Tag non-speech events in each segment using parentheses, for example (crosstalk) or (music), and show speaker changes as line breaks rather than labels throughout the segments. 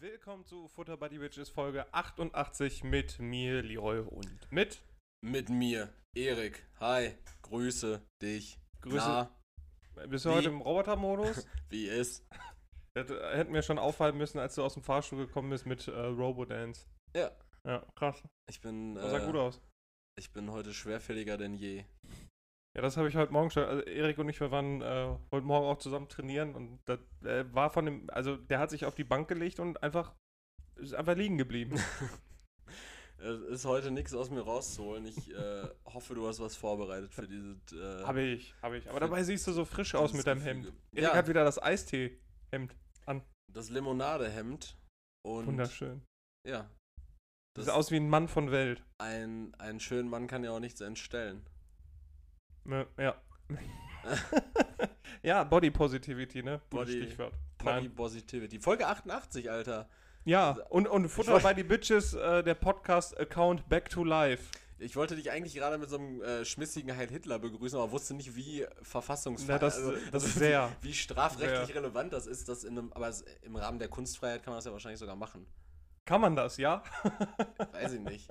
willkommen zu Futter Buddy Witches Folge 88 mit mir, Leroy und mit.
Mit mir, Erik. Hi, grüße dich.
Grüße.
Na,
Bist du
Wie?
heute im Robotermodus? (laughs)
wie ist?
Das äh, hätten wir schon auffallen müssen, als du aus dem Fahrstuhl gekommen bist mit äh, Robodance.
Ja.
Ja, krass.
Ich bin,
Das sah gut
äh,
aus.
ich bin heute schwerfälliger denn je.
Ja, das habe ich heute Morgen schon. Also Erik und ich, wir waren äh, heute Morgen auch zusammen trainieren und das äh, war von dem, also der hat sich auf die Bank gelegt und einfach ist einfach
(laughs)
liegen geblieben.
Es ist heute nichts aus mir rauszuholen. Ich äh, (laughs) hoffe, du hast was vorbereitet für dieses. Äh,
habe ich, habe ich. Aber dabei siehst du so frisch aus mit deinem Hemd. Erik
Ja,
hat wieder das Eistee-Hemd.
das Limonadehemd. Und
Wunderschön.
ja. Das
Das sieht aus wie ein Mann von Welt.
ein, ein schönen Mann kann ja auch nichts entstellen.
Ne, Ja. (laughs) ja, Body Positivity, ne? Gutes
Body-
Stichwort.
Body
Nein.
Positivity. Folge 88, Alter.
Ja, und, und Futter
Also, wollt-
bei die Bitches, äh, der Podcast-Account Back to Life.
Ich wollte dich eigentlich gerade mit so einem äh, schmissigen Heil Hitler begrüßen, aber wusste nicht, wie verfassungsfrei. also,
Na, Ne, das- das ist sehr.
(laughs) Wie, wie strafrechtlich
Sehr.
relevant das ist, das in einem, aber es, im Rahmen der Kunstfreiheit kann man das ja wahrscheinlich sogar machen.
Kann man das, ja?
Weiß ich
(laughs)
nicht.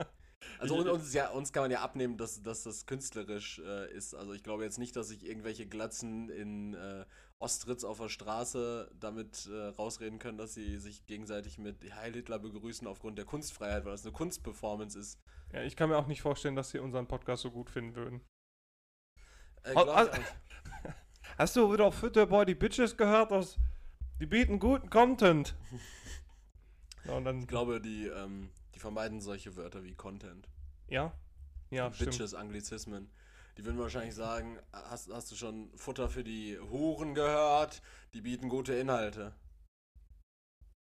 Also
Ich-
un- uns, ja, uns kann man ja abnehmen, dass, dass das künstlerisch äh, ist. Also ich glaube jetzt nicht, dass sich irgendwelche Glatzen in äh, Ostritz auf der Straße damit äh, rausreden können, dass sie sich gegenseitig mit Heil Hitler begrüßen aufgrund der Kunstfreiheit, weil das eine Kunstperformance ist.
ja? Ich kann mir auch nicht vorstellen, dass sie unseren Podcast so gut finden würden.
Äh,
Au-
glaub ich
au-
auch nicht.
Hast du wieder Futter bei die Bitches gehört? Dass die bieten guten Content.
(laughs)
ja, und dann,
Ich glaube, die, ähm, die vermeiden solche Wörter wie Content.
ja? Ja, stimmt.
Bitches, Anglizismen. Die würden wahrscheinlich sagen, hast, hast du schon Futter für die Huren gehört? Die bieten gute Inhalte.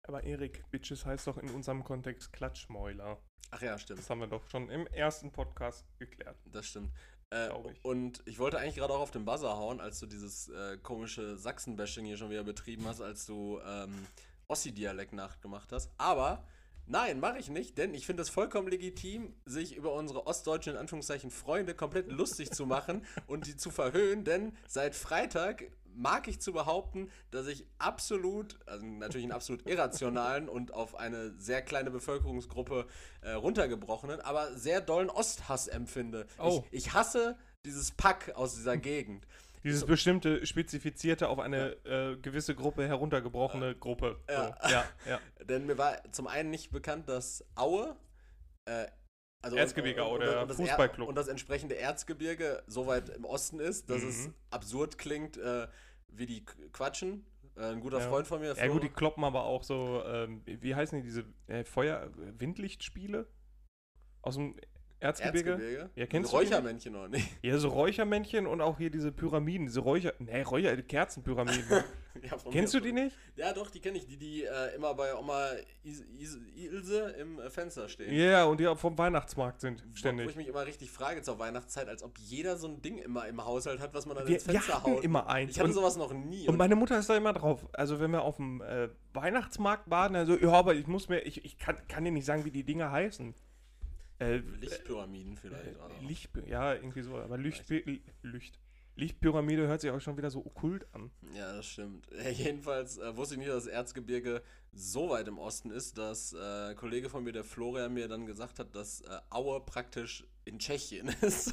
Aber Erik, Bitches heißt doch in unserem Kontext Klatschmäuler.
Ach ja, stimmt.
Das haben wir doch schon im ersten Podcast geklärt,
Das stimmt. Äh,
glaube ich.
und ich wollte eigentlich gerade auch auf den Buzzer hauen, als du dieses äh, komische Sachsen-Bashing hier schon wieder betrieben hast, als du ähm, Ossi-Dialekt nachgemacht hast. Aber nein, mache ich nicht, denn ich finde es vollkommen legitim, sich über unsere ostdeutschen, in Anführungszeichen, Freunde komplett lustig zu machen und die zu verhöhnen, denn seit Freitag mag ich zu behaupten, dass ich absolut, also natürlich einen absolut irrationalen und auf eine sehr kleine Bevölkerungsgruppe äh, runtergebrochenen, aber sehr dollen Osthass empfinde.
Oh.
Ich, ich hasse dieses Pack aus dieser Gegend.
Dieses bestimmte, spezifizierte, auf eine äh, gewisse Gruppe heruntergebrochene Gruppe. So.
ja.
ja,
(laughs)
ja.
Denn mir war zum einen nicht bekannt, dass Aue, äh, also
Erzgebirge Aue, der
das
Fußballclub.
Er, und das entsprechende Erzgebirge so weit im Osten ist, dass
Mhm.
es absurd klingt, äh, wie die k- quatschen. Äh, ein guter
Ja.
Freund von mir,
Ja
Flo-
gut, die kloppen aber auch so, ähm, wie heißen die, diese äh, Feuer, Windlichtspiele? Aus dem Erzgebirge?
Erzgebirge.
Ja, kennst
Ein
du die
Räuchermännchen oder nicht? (laughs)
Ja, so Räuchermännchen und auch hier diese Pyramiden, diese Räucher, nee, Räucher,
(laughs)
Kerzenpyramiden.
Ja, von
Kennst
mir
du die
aus.
nicht?
Ja, doch, die kenne ich. Die, die äh, immer bei Oma Is Is Ilse im äh, Fenster stehen.
Ja, und die auch vom Weihnachtsmarkt sind,
Wo- Wo ich
ständig.
mich immer richtig frage zur Weihnachtszeit, als ob jeder so ein Ding immer im Haushalt hat, was man dann
Wir,
ins
wir
Fenster
hatten
haut.
immer eins.
ich hatte
und-
sowas noch nie.
Und meine Mutter ist da immer drauf. Also wenn wir auf dem äh, Weihnachtsmarkt waren, also ja, aber ich muss mir, ich, ich kann, kann dir nicht sagen, wie die Dinger heißen. Äh,
Lichtpyramiden vielleicht. oder?
äh, Licht, ja, irgendwie so, aber Licht, Licht. Lichtpyramide hört sich auch schon wieder so okkult an.
ja, das stimmt. (laughs) Äh, Jedenfalls äh, wusste ich nicht, dass das Erzgebirge so weit im Osten ist, dass äh, ein Kollege von mir, der Florian, mir dann gesagt hat, dass äh, Aue praktisch in Tschechien (laughs) ist.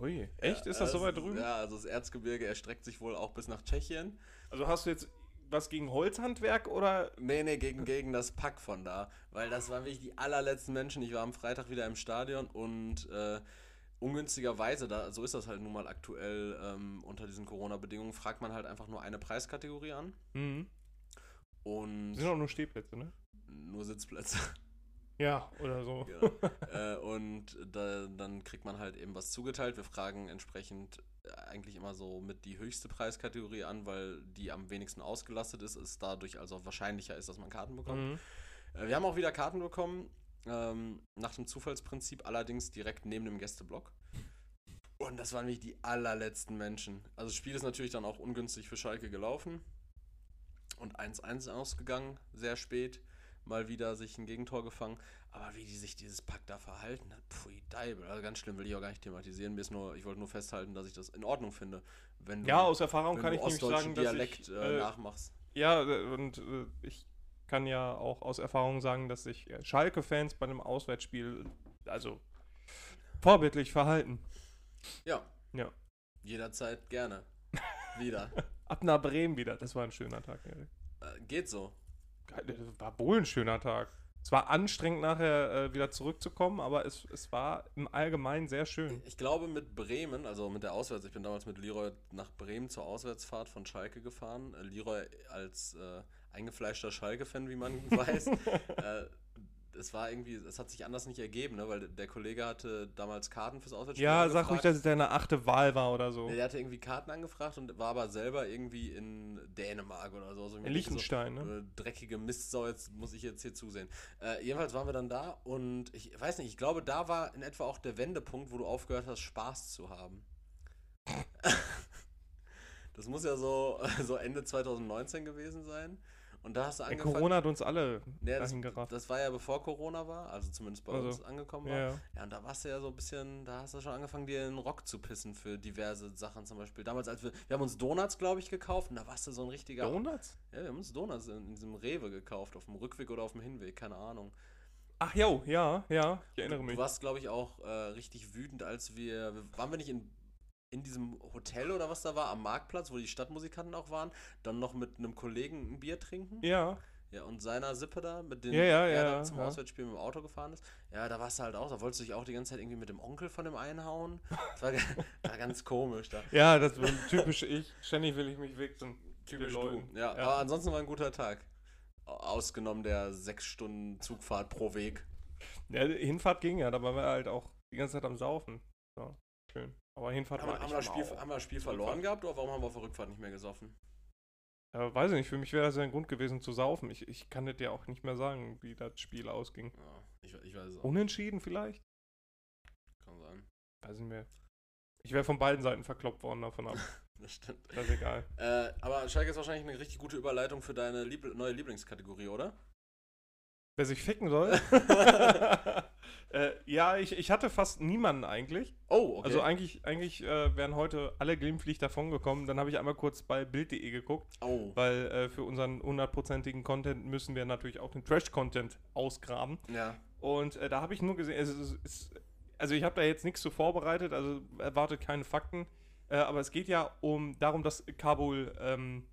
Ui, echt? ist das so weit drüben?
Ja, also das Erzgebirge erstreckt sich wohl auch bis nach Tschechien.
Also hast du jetzt was gegen Holzhandwerk oder?
Nee, nee, gegen, gegen das Pack von da. Weil das waren wirklich die allerletzten Menschen. Ich war am Freitag wieder im Stadion und äh, ungünstigerweise, da, so ist das halt nun mal aktuell ähm, unter diesen Corona-Bedingungen, fragt man halt einfach nur eine Preiskategorie an.
Mhm.
Und
Sind auch nur Stehplätze, ne?
nur Sitzplätze. (laughs)
Ja, oder so.
genau. äh, und da, dann kriegt man halt eben was zugeteilt. Wir fragen entsprechend äh, eigentlich immer so mit die höchste Preiskategorie an, weil die am wenigsten ausgelastet ist, es dadurch also wahrscheinlicher ist, dass man Karten bekommt.
Mhm.
Äh, Wir haben auch wieder Karten bekommen, ähm, nach dem Zufallsprinzip, allerdings direkt neben dem Gästeblock. Und das waren wirklich die allerletzten Menschen. Also das Spiel ist natürlich dann auch ungünstig für Schalke gelaufen. Und 1-1 ausgegangen, sehr spät. Mal wieder sich ein Gegentor gefangen. Aber wie die sich dieses Pack da verhalten hat, pfui, Deibel. Also ganz schlimm will ich auch gar nicht thematisieren. Mir ist nur, ich wollte nur festhalten, dass ich das in Ordnung finde. Wenn du,
Ja, aus Erfahrung
wenn
kann
du
ich äh, nämlich
ostdeutschen äh,
sagen, dass
Dialekt
ich,
äh,
äh,
nachmachst.
Ja, äh, und äh, ich kann ja auch aus Erfahrung sagen, dass sich äh, Schalke-Fans bei einem Auswärtsspiel also vorbildlich verhalten.
Ja.
Ja.
Jederzeit gerne.
(laughs)
Wieder.
Ab nach Bremen wieder. Das war ein schöner Tag, Erik.
Äh, geht so.
Geil, das War wohl ein schöner Tag. Es war anstrengend, nachher äh, wieder zurückzukommen, aber es, es war im Allgemeinen sehr schön.
Ich glaube, mit Bremen, also mit der Auswärts, ich bin damals mit Leroy nach Bremen zur Auswärtsfahrt von Schalke gefahren. Äh, Leroy als äh, eingefleischter Schalke-Fan, wie
(laughs)
man weiß. äh, es war irgendwie, es hat sich anders nicht ergeben, ne? weil der Kollege hatte damals Karten fürs Auswärtsspiel.
Ja, sag
angefragt.
ruhig, dass es deine achte Wahl war oder so.
Nee, Der hatte irgendwie Karten angefragt und war aber selber irgendwie in Dänemark oder so. Also ich
In
denke so,
Liechtenstein, ne?
äh, Dreckige Mistsau, jetzt muss ich jetzt hier zusehen. Äh, jedenfalls waren wir dann da und ich weiß nicht, ich glaube, da war in etwa auch der Wendepunkt, wo du aufgehört hast, Spaß zu haben. (laughs) das muss ja so, (laughs) so Ende 2019 gewesen sein. Und da hast du
Ey,
angefangen.
Corona hat uns alle
Nee, das,
dahin gerafft.
das war ja bevor Corona war, also zumindest bei
Also,
uns angekommen war.
ja.
Ja, und da warst du ja so ein bisschen, da hast du schon angefangen, dir in den Rock zu pissen für diverse Sachen zum Beispiel. Damals, als wir, wir haben uns Donuts, glaube ich, gekauft und da warst du so ein richtiger.
Donuts?
ja, wir haben uns Donuts in, in diesem Rewe gekauft, auf dem Rückweg oder auf dem Hinweg, keine Ahnung.
Ach jo, ja, ja, ich erinnere
du,
mich.
Du warst, glaube ich, auch äh, richtig wütend, als wir, wir, waren wir nicht in, in diesem Hotel oder was da war, am Marktplatz, wo die Stadtmusikanten auch waren, dann noch mit einem Kollegen ein Bier trinken?
Ja,
Ja, und seiner Sippe da, mit dem
Ja, ja,
er
ja,
dann
ja,
zum
ja.
Auswärtsspiel mit dem Auto gefahren ist. Ja, da warst du halt auch, da wolltest du dich auch die ganze Zeit irgendwie mit dem Onkel von dem einhauen. Das war, (laughs) ga- war ganz komisch da.
ja, das war typisch ich. Ständig will ich mich wechseln.
Typisch
Den
du.
Leuten.
Ja,
Ja.
aber ansonsten war ein guter Tag. Au- Ausgenommen der sechs Stunden Zugfahrt pro Weg.
Ja, die Hinfahrt ging ja, dabei war er halt auch die ganze Zeit am Saufen. So, schön. Aber Hinfahrt
Haben, wir-
war
haben,
echt
wir das Spiel,
mau.
haben wir das Spiel verloren gehabt oder warum haben wir auf der Rückfahrt nicht mehr gesoffen?
Ja, weiß ich nicht, für mich wäre das ja ein Grund gewesen zu saufen. Ich, ich kann dir dir auch nicht mehr sagen, wie das Spiel ausging.
Ja, ich, ich weiß es auch.
Unentschieden vielleicht?
Kann sein.
Weiß ich nicht mehr. Ich wäre von beiden Seiten verkloppt worden davon
(laughs)
ab.
Das stimmt.
Das ist egal.
Äh, aber Schalke ist wahrscheinlich eine richtig gute Überleitung für deine Liebl neue Lieblingskategorie, oder?
Wer sich
(laughs)
ficken soll? (laughs) äh, ja, ich, ich hatte fast niemanden eigentlich.
Oh, okay.
Also eigentlich, eigentlich äh, wären heute alle glimpflich davongekommen. Dann habe ich einmal kurz bei Bild.de geguckt,
oh.
weil äh, für unseren hundertprozentigen Content müssen wir natürlich auch den Trash-Content ausgraben.
Ja.
Und äh, da habe ich nur gesehen, es ist, es ist, also ich habe da jetzt nichts zu vorbereitet, also erwartet keine Fakten. Äh, aber es geht ja um darum, dass Kabul. Ähm,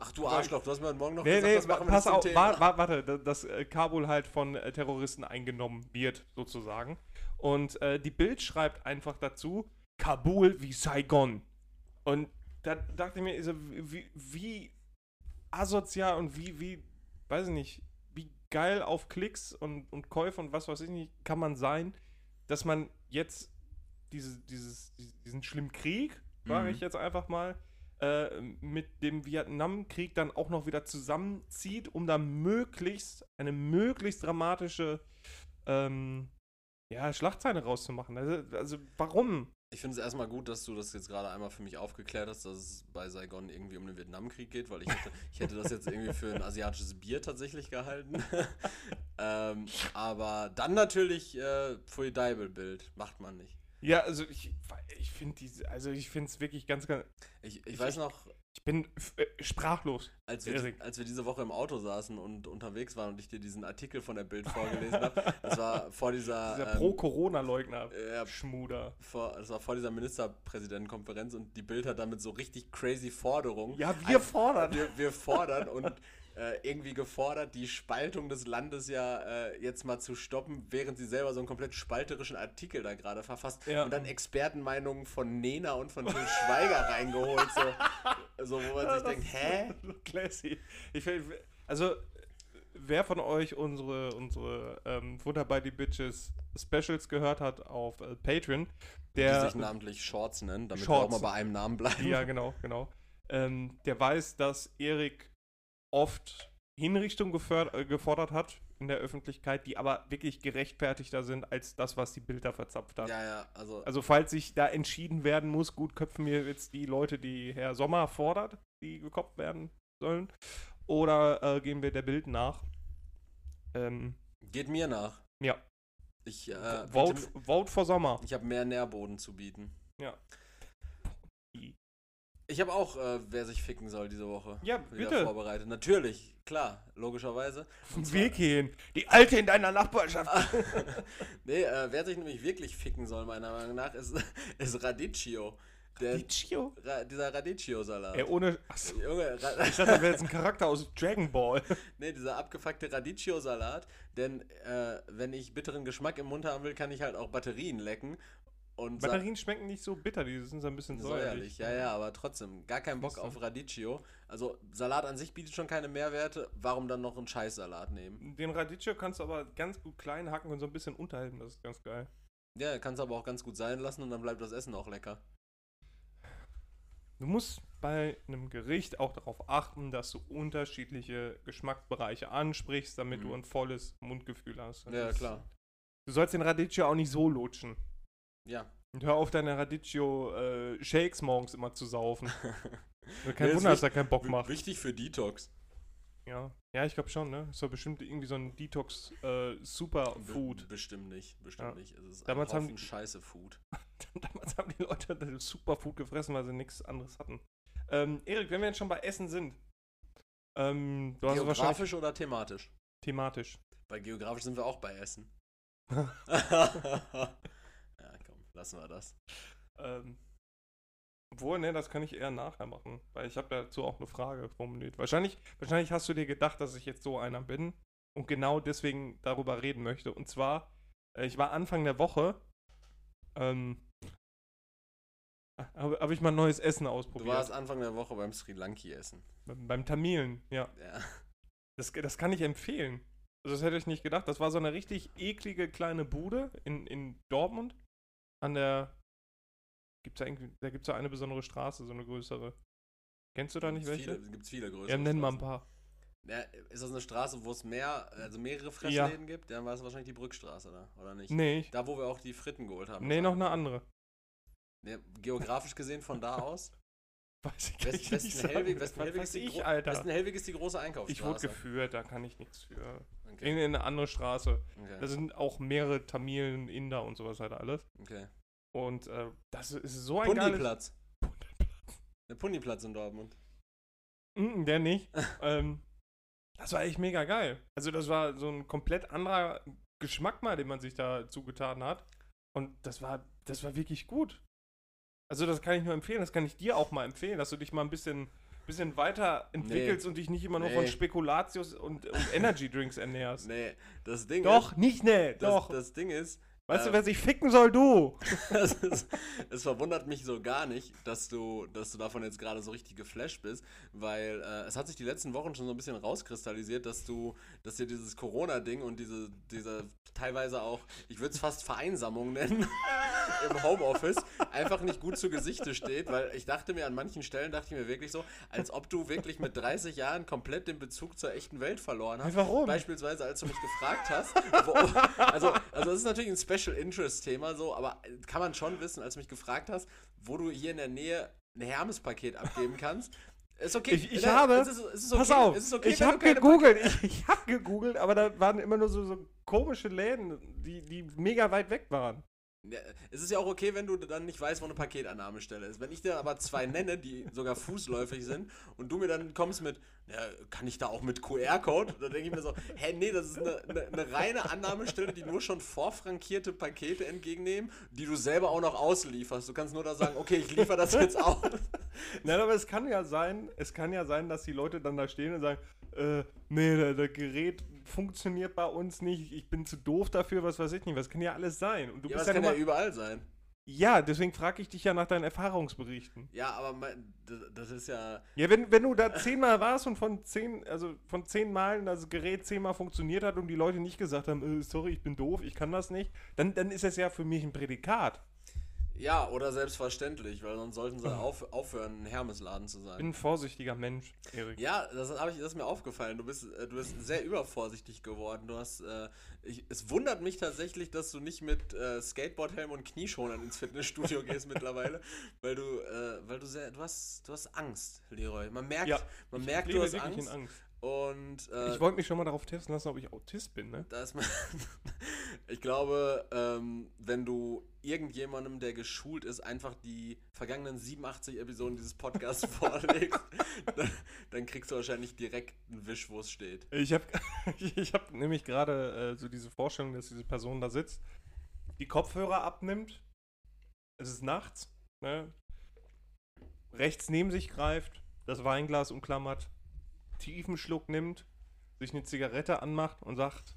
Ach du Arschloch, du hast mir heute Morgen noch
nee,
gesagt,
nee,
das machen wir
pass
nicht zum
auf,
Thema.
wa wa warte, da- dass äh, Kabul halt von äh, Terroristen eingenommen wird, sozusagen. Und äh, die Bild schreibt einfach dazu: Kabul wie Saigon. Und da dachte ich mir, so, wie, wie asozial und wie, wie, weiß ich nicht, wie geil auf Klicks und, und Käufe und was weiß ich nicht kann man sein, dass man jetzt diese, dieses, diesen schlimmen Krieg, sage
Mhm.
ich jetzt einfach mal, äh, mit dem Vietnamkrieg dann auch noch wieder zusammenzieht, um da möglichst eine möglichst dramatische ähm, ja, Schlagzeile rauszumachen. Also, also warum?
Ich finde es erstmal gut, dass du das jetzt gerade einmal für mich aufgeklärt hast, dass es bei Saigon irgendwie um den Vietnamkrieg geht, weil ich
(laughs)
hätte, ich hätte das jetzt irgendwie für ein asiatisches Bier tatsächlich gehalten. (laughs) ähm, aber dann natürlich äh, Pfui Deibel Bild. Macht man nicht.
Ja, also ich, ich finde diese, also ich finde es wirklich ganz, ganz,
Ich, ich
Ich-
weiß noch,
ich bin äh, sprachlos.
Als wir,
Erik.
als wir diese Woche im Auto saßen und unterwegs waren und ich dir diesen Artikel von der Bild vorgelesen habe, das war vor dieser,
Dieser
ähm,
Pro-Corona-Leugner.
äh,
Schmuder. (laughs)
vor, das war vor dieser Ministerpräsidentenkonferenz und die Bild hat damit so richtig crazy Forderungen.
Ja, wir
Ein-
fordern.
Wir,
(laughs)
wir fordern und äh, irgendwie gefordert, die Spaltung des Landes ja äh, jetzt mal zu stoppen, während sie selber so einen komplett spalterischen Artikel da gerade verfasst
Ja.
und dann Expertenmeinungen von Nena und von Till
(laughs)
Schweiger reingeholt. So, so wo man sich denkt, hä?
Classy. Ich, find- also, wer von euch unsere, unsere ähm, Futter by the Bitches Specials gehört hat auf äh, Patreon,
Die
der.
sich namentlich Shorts nennen, damit
Shorts.
wir auch mal bei einem Namen bleiben.
Ja, genau, genau. Ähm, der weiß, dass Erik oft Hinrichtung geför- äh, gefordert hat in der Öffentlichkeit, die aber wirklich gerechtfertigter sind als das, was die Bilder verzapft hat.
ja, ja, also
Also falls sich da entschieden werden muss, gut, köpfen wir jetzt die Leute, die Herr Sommer fordert, die gekoppt werden sollen. Oder äh, gehen wir der Bild nach? Ähm,
geht mir nach.
Ja.
Ich, äh,
vote, vote for Sommer.
ich habe mehr Nährboden zu bieten. Ich habe auch, äh, wer sich ficken soll diese Woche.
Ja,
wieder
bitte.
vorbereitet. Natürlich, klar,
(laughs)
logischerweise.
Vom Weg gehen. Die Alte in deiner Nachbarschaft.
Nee, äh, wer sich nämlich wirklich ficken soll, meiner Meinung nach, ist, (laughs) ist Radicchio.
Äh,
Der,
Ichio.
Ra, dieser Radicchio-Salat.
Ey, ohne. Achso,
Junge, Ra (laughs)
ich dachte, das wäre jetzt ein Charakter aus Dragon (laughs) Ball.
Nee, dieser abgefuckte Radicchio-Salat. Denn äh, wenn ich bitteren Geschmack im Mund haben will, kann ich halt auch Batterien lecken. Und sa-
Batterien schmecken nicht so bitter, die sind so ein bisschen säuerlich.
säuerlich. Ja, ja, aber trotzdem. Gar keinen Bock
Siehst du.
auf Radicchio. Also Salat an sich bietet schon keine Mehrwerte. Warum dann noch einen Scheißsalat nehmen?
Den Radicchio kannst du aber ganz gut klein hacken und so ein bisschen unterhalten, das ist ganz geil.
Ja, kannst aber auch ganz gut sein lassen und dann bleibt das Essen auch lecker.
Du musst bei einem Gericht auch darauf achten, dass du unterschiedliche Geschmacksbereiche ansprichst, damit
Mhm.
du ein volles Mundgefühl hast. Das
ja,
ist-
klar.
Du sollst den Radicchio auch nicht so lutschen.
Ja.
Und hör auf, deine Radicchio-Shakes morgens immer zu
(laughs)
saufen.
Nee,
Kein
ist
Wunder, dass
wich-
er keinen Bock (laughs) macht.
Wichtig für Detox.
Ja, ja ich glaube schon, ne? Ist doch bestimmt irgendwie so ein äh, Detox-Superfood.
(laughs) Bestimmt nicht. Bestimmt
Ja.
nicht. Es ist
Damals
ein
haben
Haufen
die-
scheiße Food.
(laughs) Damals haben die Leute das Superfood gefressen, weil sie nichts anderes hatten. Ähm, Erik, wenn wir jetzt schon bei Essen sind, ähm, du hast wahrscheinlich
Geografisch oder thematisch?
thematisch.
Bei geografisch sind wir auch bei
(laughs)
Essen. ja, komm, lassen wir das.
Ähm, obwohl, ne, das kann ich eher nachher machen, weil ich habe dazu auch eine Frage formuliert. Wahrscheinlich, wahrscheinlich hast du dir gedacht, dass ich jetzt so einer bin und genau deswegen darüber reden möchte. Und zwar, äh, ich war Anfang der Woche, ähm, habe hab ich mal neues Essen
Du
ausprobiert.
warst Anfang der Woche beim Sri Lanki essen.
beim, beim Tamilen, ja.
Ja.
Das, das kann ich empfehlen. Also das hätte ich nicht gedacht. Das war so eine richtig eklige kleine Bude in, in Dortmund. An der. Gibt's da irgendwie, da gibt es ja eine besondere Straße, so eine größere. Kennst du da nicht welche?
Viele, gibt's viele größere.
ja, nennen wir ein
Straßen.
paar.
Ja, ist das eine Straße, wo es mehr, also mehrere Fressläden gibt? Dann war es wahrscheinlich die Brückstraße, oder? Oder nicht?
Nee, ich,
Da, wo wir auch die Fritten geholt haben.
nee, noch eine andere. (laughs)
Nee, geografisch gesehen von da aus?
Weiß ich
West,
nicht sagen.
Westen-Hellwig Westen
Was weiß
ist, die
ich,
gro-
Alter.
Westen-Hellwig ist die große
Ich wurde
Einkaufsstraße.
geführt, da kann ich nichts für.
okay.
In, in eine andere Straße. Da
Okay.
sind auch mehrere Tamilen, Inder und sowas halt alles.
okay.
Und äh, das ist so ein geiles
Punni-Platz. Der Punni-Platz in Dortmund.
Mm,
(laughs)
der nicht. ähm, das war echt mega geil. Also das war so ein komplett anderer Geschmack mal, den man sich da zugetan hat. Und das war, das war wirklich gut. Also das kann ich nur empfehlen, das kann ich dir auch mal empfehlen, dass du dich mal ein bisschen, bisschen weiterentwickelst und dich nicht immer nur von
Nee.
Spekulatius
(laughs)
und, und Energy Drinks ernährst.
Nee, das Ding
Doch,
ist.
nicht ne,
Das,
doch.
das Ding ist,
weißt
ähm,
du, wer sich ficken soll, du?
das ist, (laughs) es verwundert mich so gar nicht, dass du, dass du davon jetzt gerade so richtig geflasht bist, weil äh, es hat sich die letzten Wochen schon so ein bisschen rauskristallisiert, dass du, dass dir dieses Corona-Ding und diese, diese teilweise auch, ich würde es fast Vereinsamung nennen, im Homeoffice einfach nicht gut zu Gesichte steht, weil ich dachte mir an manchen Stellen, dachte ich mir wirklich so, als ob du wirklich mit 30 Jahren komplett den Bezug zur echten Welt verloren hast.
Warum?
Beispielsweise, als du mich gefragt hast, wo, also, also das ist natürlich ein Special Interest Thema so, aber kann man schon wissen, als du mich gefragt hast, wo du hier in der Nähe ein Hermes-Paket abgeben kannst. Ist okay.
Ich- ich
Nein,
habe-
es ist, es ist okay,
Pass auf,
es ist okay,
ich
wenn du
habe
keine-
gegoogelt, ich, ich habe gegoogelt, aber da waren immer nur so, so komische Läden, die, die mega weit weg waren.
Ja, Es ist ja auch okay, wenn du dann nicht weißt, wo eine Paketannahmestelle ist. Wenn ich dir aber zwei nenne, die sogar fußläufig sind, und du mir dann kommst mit, ja, kann ich da auch mit QR-Code? Dann denke ich mir so, hä, nee, das ist eine, eine, eine reine Annahmestelle, die nur schon vorfrankierte Pakete entgegennehmen, die du selber auch noch auslieferst. Du kannst nur da sagen, okay, ich liefere das jetzt
(laughs)
aus.
Nein, aber es kann ja sein, es kann ja sein, dass die Leute dann da stehen und sagen, äh, nee, das, das Gerät funktioniert bei uns nicht, ich bin zu doof dafür, was weiß ich nicht, was kann ja alles sein. Und du
Ja, das
bist ja,
kann
nun
ja
mal-
überall sein.
ja, deswegen frage ich dich ja nach deinen Erfahrungsberichten.
Ja, aber mein, das- das ist ja.
Ja, wenn, wenn du da zehnmal warst und von zehn, also von zehn Malen das Gerät zehnmal funktioniert hat und die Leute nicht gesagt haben, äh, sorry, ich bin doof, ich kann das nicht, dann, dann ist das ja für mich ein Prädikat.
Ja, oder selbstverständlich, weil sonst sollten
(clears throat)
sie auf, aufhören, ein Hermesladen zu sein.
Ich bin ein vorsichtiger Mensch, Erik.
Ja, das, hab ich, das ist mir aufgefallen. Du bist, äh, du bist sehr übervorsichtig geworden. Du hast, äh, ich, es wundert mich tatsächlich, dass du nicht mit äh, Skateboardhelm und Knieschonern ins
(laughs)
Fitnessstudio gehst mittlerweile, weil du, äh, weil du sehr, du hast, du hast Angst, Leroy. Man merkt,
Ja,
man
ich
merkt, du
lebe
hast
wirklich
Angst.
in Angst.
Und äh,
ich wollte mich schon mal darauf testen lassen, ob ich Autist bin, ne?
dass man (laughs) ich glaube, ähm, wenn du irgendjemandem, der geschult ist, einfach die vergangenen 87 Episoden dieses Podcasts (laughs) vorlegst, dann, dann kriegst du wahrscheinlich direkt einen Wisch, wo es steht.
Ich habe (laughs) ich hab nämlich gerade äh, so diese Vorstellung, dass diese Person da sitzt, die Kopfhörer abnimmt, es ist nachts, ne? rechts neben sich greift, das Weinglas umklammert, tiefen Schluck nimmt, sich eine Zigarette anmacht und sagt,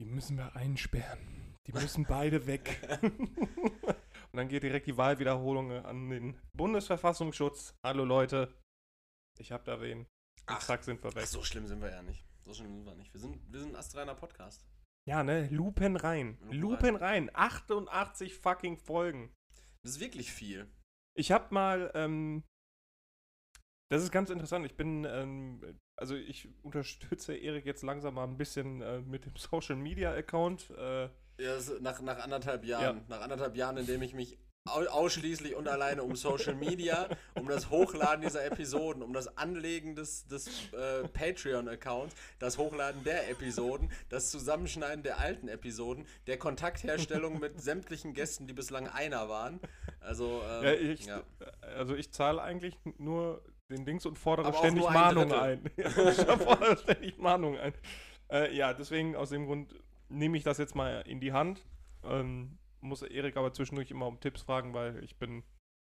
die müssen wir einsperren. Die müssen beide weg. und dann geht direkt die Wahlwiederholung an den Bundesverfassungsschutz. Hallo Leute, ich hab da wen. Ach,
Ach.
Zack, sind wir
Ach,
weg.
so schlimm sind wir ja nicht. So schlimm sind wir nicht. Wir sind, wir sind ein astreiner Podcast.
Ja, ne? Lupen rein.
Lupen
Lupen rein. 88 fucking Folgen.
Das ist wirklich viel.
Ich habe mal, ähm, das ist ganz interessant. Ich bin, ähm, also ich unterstütze Erik jetzt langsam mal ein bisschen äh, mit dem Social Media Account. Äh,
Ja, das ist nach, nach anderthalb Jahren. Nach anderthalb Jahren, in dem ich mich au- ausschließlich und alleine um Social Media, um das Hochladen dieser Episoden, um das Anlegen des, des äh, Patreon-Accounts, das Hochladen der Episoden, das Zusammenschneiden der alten Episoden, der Kontaktherstellung mit sämtlichen Gästen, die bislang einer waren. Also, ähm,
ja, ich,
ja.
Also ich zahle eigentlich nur den Dings und fordere
Aber auch
ständig
nur ein
Mahnungen ein. (laughs)
Drittel.
Ja, ich fordere ständig Mahnungen ein. Äh, ja, deswegen aus dem Grund nehme ich das jetzt mal in die Hand. Ähm, muss Erik aber zwischendurch immer um Tipps fragen, weil ich bin,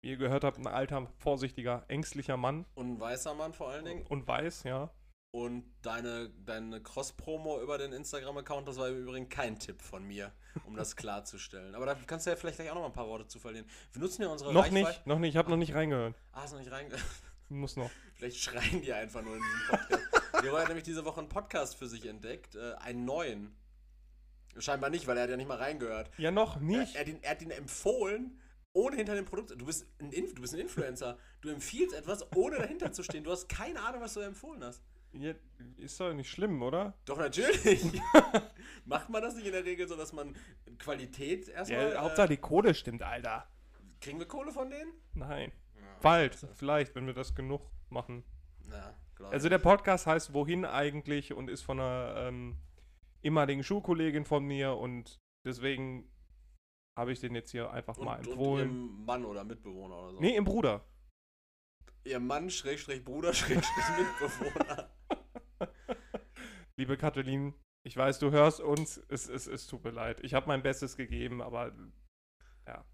wie ihr gehört habt, ein alter, vorsichtiger, ängstlicher Mann
Und ein weißer Mann vor allen Dingen.
und weiß, ja.
Und deine, deine Cross-Promo über den Instagram-Account, das war im Übrigen kein Tipp von mir, um
(laughs)
das klarzustellen. Aber da kannst du ja vielleicht gleich auch noch mal ein paar Worte zu verlieren. Wir nutzen ja unsere
Noch
Reichweite.
nicht, noch nicht, ich habe noch nicht reingehört.
Ah, ist noch nicht rein. (laughs)
Muss noch.
vielleicht schreien die einfach nur in diesem Podcast. Leroy hat nämlich diese Woche einen Podcast für sich entdeckt, äh, einen neuen. Scheinbar nicht, weil er hat ja nicht mal reingehört.
Ja, noch
Er,
nicht.
er, hat ihn, er hat ihn empfohlen, ohne hinter dem Produkt. Du bist, ein Inf du bist ein Influencer. Du empfiehlst etwas, ohne dahinter zu stehen. Du hast keine Ahnung, was du empfohlen hast.
Ja, ist doch nicht schlimm, oder?
Doch, natürlich.
(laughs)
Macht man das nicht in der Regel so, dass man Qualität erstmal.
Ja, Hauptsache die Kohle stimmt, Alter.
äh, kriegen wir Kohle von denen?
Nein. Bald, vielleicht, wenn wir das genug machen.
Na, glaub
Also
ich.
der Podcast heißt Wohin eigentlich und ist von einer ähm, ehemaligen Schulkollegin von mir und deswegen habe ich den jetzt hier einfach mal
und, und
empfohlen.
ihrem Mann oder Mitbewohner oder so.
nee, im Bruder.
Ihr Mann, Schrägstrich Bruder, (laughs) Schrägstrich Mitbewohner.
Liebe Kathleen, ich weiß, du hörst uns. Es, es, es tut mir leid. Ich habe mein Bestes gegeben, aber ja.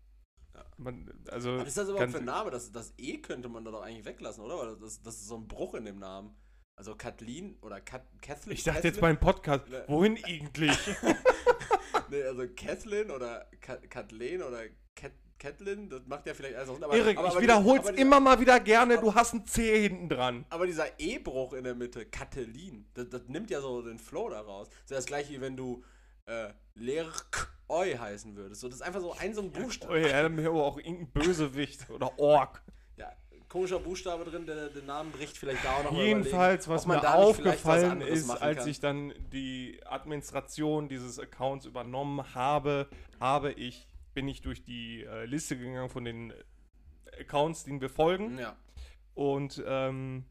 Ja.
Man, (laughs) also,
Was ist das überhaupt
ganz-
für ein Name? Das, das E könnte man da doch eigentlich weglassen, oder? Weil das, das ist so ein Bruch in dem Namen. Also Kathleen oder Kat Kathleen.
ich dachte jetzt
Kathleen-
beim Podcast,
Ne.
wohin eigentlich?
Nee, also Kathleen (laughs) oder Ka Kathleen oder Kat Kathleen, das macht ja vielleicht alles auch Sinn. aber-
Erik,
aber-
ich
aber die-
wiederhol's
aber die-
immer mal wieder gerne. Du hast ein C hinten dran.
Aber dieser E-Bruch in der Mitte, Katelin, das, das nimmt ja so den Flow daraus. Das ist ja das gleiche, wie wenn du äh, Lerkoi heißen würdest. So, das ist einfach so ein so ein
Oh,
Buchstabe.
ja, dann wäre aber auch irgendein Bösewicht oder Ork.
Ja, komischer Buchstabe drin, der den Namen bricht vielleicht da auch noch mal
Jedenfalls,
überlegen,
was
ob man
mir
da nicht vielleicht was
aufgefallen
anderes
ist,
machen
als
kann.
ich dann die Administration dieses Accounts übernommen habe, habe ich, bin ich durch die äh, Liste gegangen von den Accounts, denen wir folgen.
Ja,
Und ähm,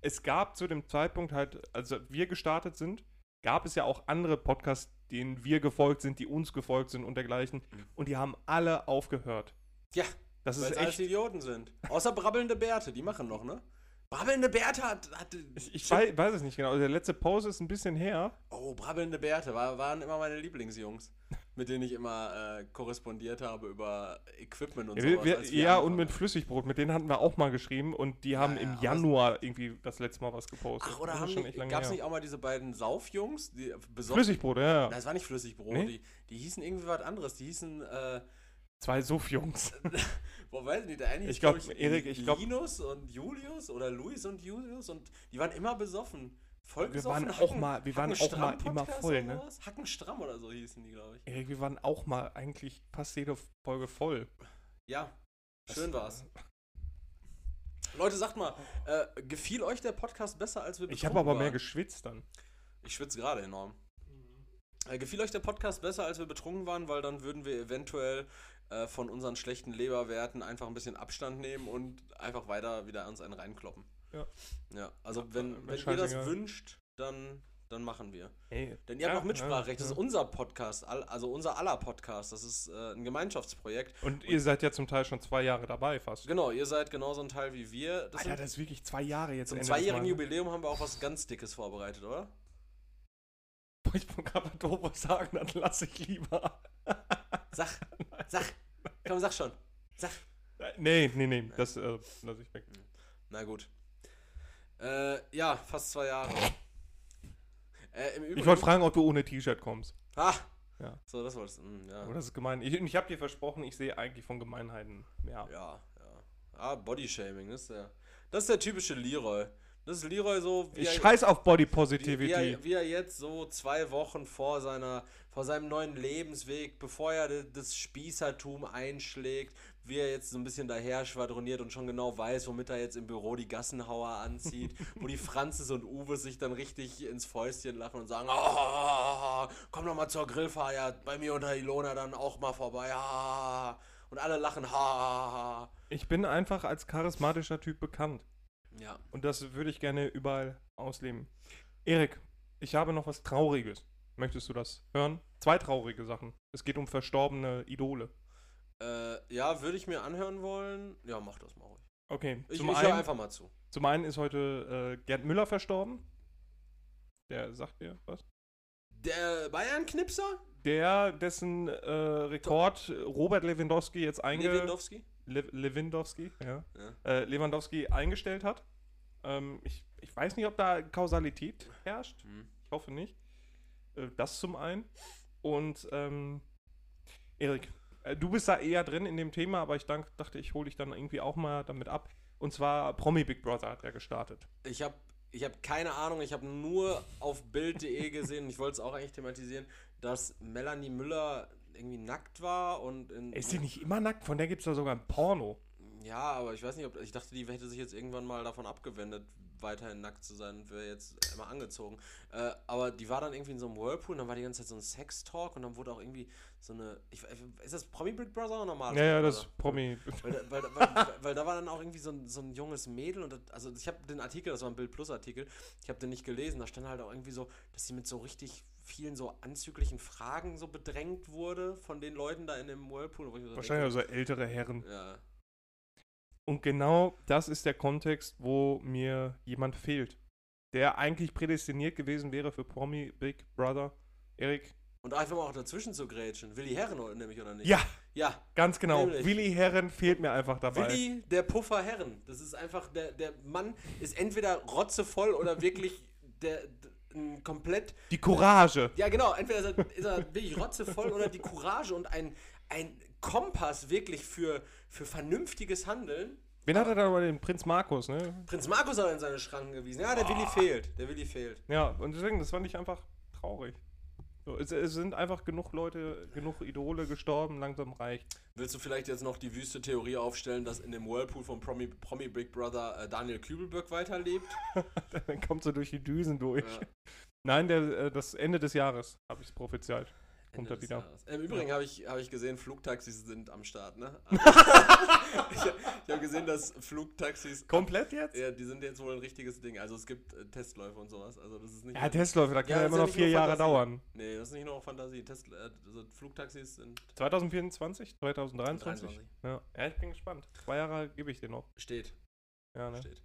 es gab zu dem Zeitpunkt halt, also wir gestartet sind, gab es ja auch andere Podcasts, denen wir gefolgt sind, die uns gefolgt sind und dergleichen. Und die haben alle aufgehört.
ja
Das
Mhm. weil
ist
es alles
echt.
Idioten sind. Außer brabbelnde Bärte, die machen noch, ne? Brabbelnde Bärte hat. hat
Ich, ich weiß, weiß es nicht genau. Der letzte Pause ist ein bisschen her.
Oh, brabbelnde Bärte war, waren immer meine Lieblingsjungs, mit denen ich immer äh, korrespondiert habe über Equipment und
Ja,
so sowas.
wir, wir,
als wir
ja
angefangen
und mit
haben.
Flüssigbrot, mit denen hatten wir auch mal geschrieben und die haben
ja,
im
aber es-
Januar irgendwie das letzte Mal was gepostet.
Ach, oder
Das ist
haben
schon
die,
echt lange
gab's
her.
nicht auch mal diese beiden Saufjungs, die äh, besoffen.
Flüssigbrot, ja, ja.
Das war nicht Flüssigbrot,
Nee?
die, die hießen irgendwie was anderes. Die hießen, äh,
Zwei Suff-Jungs. (laughs)
boah, weiß nicht, der eine hieß,
Ich glaub,
glaub
Erik, ich glaub-
Linus und Julius oder Luis und Julius und die waren immer besoffen. Voll
Wir
besoffen.
waren auch mal- wir waren auch mal
Hackenstramm
immer
Podcast
voll,
oder
ne?
sowas? Hackenstramm oder so hießen die, glaube ich.
Erik, wir waren auch mal eigentlich fast jede Folge voll.
Ja, schön war's. Leute, sagt mal, äh, gefiel euch der Podcast besser, als wir
Ich habe aber mehr
waren?
geschwitzt dann.
Ich schwitze gerade enorm. Äh, gefiel euch der Podcast besser, als wir betrunken waren, weil dann würden wir eventuell äh, von unseren schlechten Leberwerten einfach ein bisschen Abstand nehmen und einfach weiter wieder uns einen reinkloppen.
Ja.
Ja, also wenn, wenn ihr
scheißegal.
das wünscht, dann, dann machen wir.
Ey,
Denn ihr habt
Ja,
auch Mitspracherecht.
ja,
Das ist
ja.
unser Podcast, all- also unser aller Podcast. Das ist äh, ein Gemeinschaftsprojekt.
und ihr seid ja zum Teil schon zwei Jahre dabei fast.
Genau, ihr seid genauso ein Teil wie wir. Das
Alter,
sind,
das ist wirklich zwei Jahre jetzt.
zum
Ende des
zweijährigen
Mal-
Jubiläum haben wir auch was ganz Dickes vorbereitet, oder?
(laughs) Ich wollte gerade doof was sagen, dann lasse ich
(laughs)
lieber.
Sag, sag, komm, sag schon. Sag.
Äh, Nee, nee, nee, das äh, lasse ich weg.
Na gut. Äh, ja, fast zwei Jahre. Äh, im Übrigen.
Ich wollte fragen, ob du ohne T-Shirt kommst.
Ah!
Ja.
So, das wolltest du. mm, Ja.
Oh, das ist gemein. Ich, ich habe dir versprochen, ich sehe eigentlich von Gemeinheiten mehr ab.
Ja, ja. Ah, Bodyshaming, das ist der. Das ist der typische Leroy. Das ist Leroy so, wie
ich
er,
scheiß auf Body
wie,
Positivity.
wie, er, wie er jetzt so zwei Wochen vor seiner, vor seinem neuen Lebensweg, bevor er de- das Spießertum einschlägt, wie er jetzt so ein bisschen daher schwadroniert und schon genau weiß, womit er jetzt im Büro die Gassenhauer
(laughs)
anzieht, wo die Franzis und Uwe sich dann richtig ins Fäustchen lachen und sagen, oh, komm doch mal zur Grillfeier, bei mir und der Ilona dann auch mal vorbei. Ah. Und alle lachen, ha.
Ich bin einfach als charismatischer Typ bekannt.
Ja.
Und das würde ich gerne überall ausleben. Erik, ich habe noch was Trauriges. Möchtest du das hören? Zwei traurige Sachen. Es geht um verstorbene Idole.
Äh, ja, würde ich mir anhören wollen. Ja, mach das mal ruhig.
Okay,
Ich,
zum,
ich höre
einen,
einfach mal zu.
zum einen ist heute äh, Gerd Müller verstorben. Der sagt dir was?
Der Bayern-Knipser?
Der, dessen äh, Rekord äh, Robert Lewandowski jetzt einge
Lewandowski?
Le Lewandowski, ja.
Ja.
Äh, Lewandowski eingestellt hat. Ähm, ich, ich weiß nicht, ob da Kausalität herrscht.
Hm.
Ich hoffe nicht. Äh, das zum einen. Und ähm, Erik, äh, du bist da eher drin in dem Thema, aber ich dank, dachte, ich hole dich dann irgendwie auch mal damit ab. Und zwar Promi Big Brother hat er gestartet.
Ich habe ich hab keine Ahnung, ich habe nur auf Bild.de gesehen, ich wollte es auch eigentlich thematisieren, dass Melanie Müller irgendwie nackt war und in.
Ist sie nicht immer nackt? Von der gibt es da sogar ein Porno.
Ja, aber ich weiß nicht, ob. Ich dachte, die hätte sich jetzt irgendwann mal davon abgewendet, weiterhin nackt zu sein und wäre jetzt immer angezogen. Äh, aber die war dann irgendwie in so einem Whirlpool und dann war die ganze Zeit so ein Sex-Talk und dann wurde auch irgendwie so eine. Ich, ist das Promi Big Brother oder Also, normal?
Ja, ja, das Promi.
Weil, da- weil, weil, (laughs) weil da war dann auch irgendwie so ein, so ein junges Mädel und das, also ich habe den Artikel, das war ein Bild Plus Artikel, ich habe den nicht gelesen, da stand halt auch irgendwie so, dass sie mit so richtig vielen so anzüglichen Fragen so bedrängt wurde von den Leuten da in dem Whirlpool. Wo ich mir so
Wahrscheinlich also ältere Herren.
denke, Ja,
Und genau das ist der Kontext, wo mir jemand fehlt, der eigentlich prädestiniert gewesen wäre für Promi Big Brother. Erik?
und einfach mal auch dazwischen zu grätschen. Willi Herren nämlich oder nicht?
Ja,
Ja,
ganz genau.
Nämlich.
Willi Herren fehlt mir einfach dabei.
Willi, der Puffer Herren. Das ist einfach, der, der Mann ist entweder rotzevoll oder wirklich der, d- ein komplett
Die Courage.
Ja, genau. Entweder ist er, ist er wirklich rotzevoll oder die Courage und ein, ein Kompass wirklich für, für vernünftiges Handeln.
Wen hat er da über den Prinz Markus, ne?
Prinz Markus hat er in seine Schranken gewiesen. Ja, der Willi fehlt. Der Willi fehlt.
Ja, und deswegen, das fand ich einfach traurig. So, es, es sind einfach genug Leute, genug Idole gestorben, langsam reicht.
Willst du vielleicht jetzt noch die wüste Theorie aufstellen, dass in dem Whirlpool von Promi, Promi Big Brother äh, Daniel Kübelberg weiterlebt?
Dann kommt so durch die Düsen durch.
Ja.
Nein, der, äh, das Ende des Jahres habe ich es prophezeit. Kommt er
des
wieder.
Jahres. Äh, Im Übrigen habe ich, habe ich gesehen, Flugtaxis sind am Start,
(laughs)
ne? ich (laughs) ich habe gesehen, dass Flugtaxis.
Komplett jetzt?
Ja, die sind jetzt wohl ein richtiges Ding. Also es gibt äh, Testläufe und sowas. Also das ist nicht.
Ja, Testläufe, da kann ja,
das
immer
ist ja
noch
nicht
vier
nur
Jahre
Fantasie.
dauern.
Nee, das ist nicht nur Fantasie. Test, äh, also Flugtaxis sind.
2024? 2023?
23.
Ja. ja, ich bin gespannt. Zwei Jahre gebe ich dir noch.
Steht.
Ja, ne?
Steht.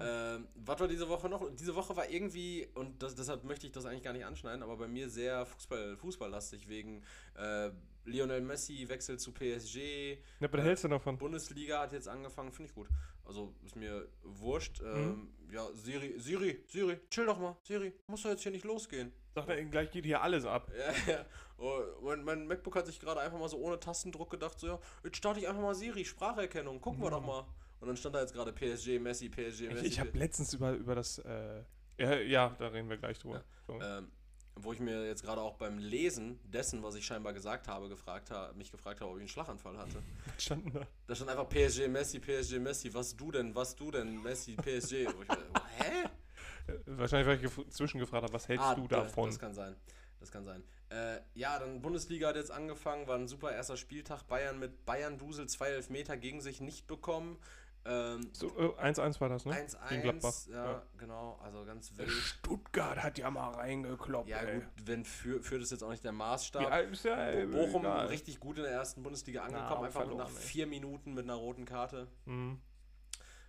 Ähm, was war diese Woche noch? Diese Woche war irgendwie, und das, deshalb möchte ich das eigentlich gar nicht anschneiden, aber bei mir sehr Fußball, fußballlastig wegen äh, Lionel Messi, Wechsel zu PSG,
Ne, was hältst du davon?
Äh, Bundesliga hat jetzt angefangen, finde ich gut. Also ist mir wurscht. Ähm, Ja, Siri, Siri, Siri, chill doch mal. Siri, musst du jetzt hier nicht losgehen.
Sag mal, gleich geht hier alles ab.
Ja, ja. (laughs) Oh, mein, mein MacBook hat sich gerade einfach mal so ohne Tastendruck gedacht, so ja, jetzt starte ich einfach mal Siri, Spracherkennung, gucken wir doch mal. Und dann stand da jetzt gerade PSG, Messi, PSG,
Ich,
Messi.
ich habe letztens über, über das. Äh, ja, ja, da reden wir gleich drüber. So.
ähm, wo ich mir jetzt gerade auch beim Lesen dessen, was ich scheinbar gesagt habe, gefragt ha mich gefragt habe, ob ich einen Schlaganfall hatte.
Standen da.
Da stand einfach PSG, Messi, PSG, Messi, was du denn, was du denn, Messi, PSG. Wo ich mir, (laughs) hä?
Äh, Wahrscheinlich, weil ich gef- zwischengefragt habe, was hältst
Ah,
du
da-
davon?
Das kann sein. Das kann sein. Äh, ja, dann Bundesliga hat jetzt angefangen, war ein super erster Spieltag. Bayern mit Bayern Dusel, zwei Elfmeter gegen sich nicht bekommen. Ähm,
So, äh, 1-1 war das, ne? Gegen Gladbach.
1-1, ja, genau, also ganz wild.
Stuttgart hat ja mal reingekloppt.
Ja,
ey.
gut, wenn für, für das jetzt auch nicht der Maßstab.
Ja, ist ja,
Bo-
ey,
Bochum
egal.
richtig gut in der ersten Bundesliga angekommen,
aber
einfach
verloren,
nach
ey.
vier Minuten mit einer roten Karte.
Mhm.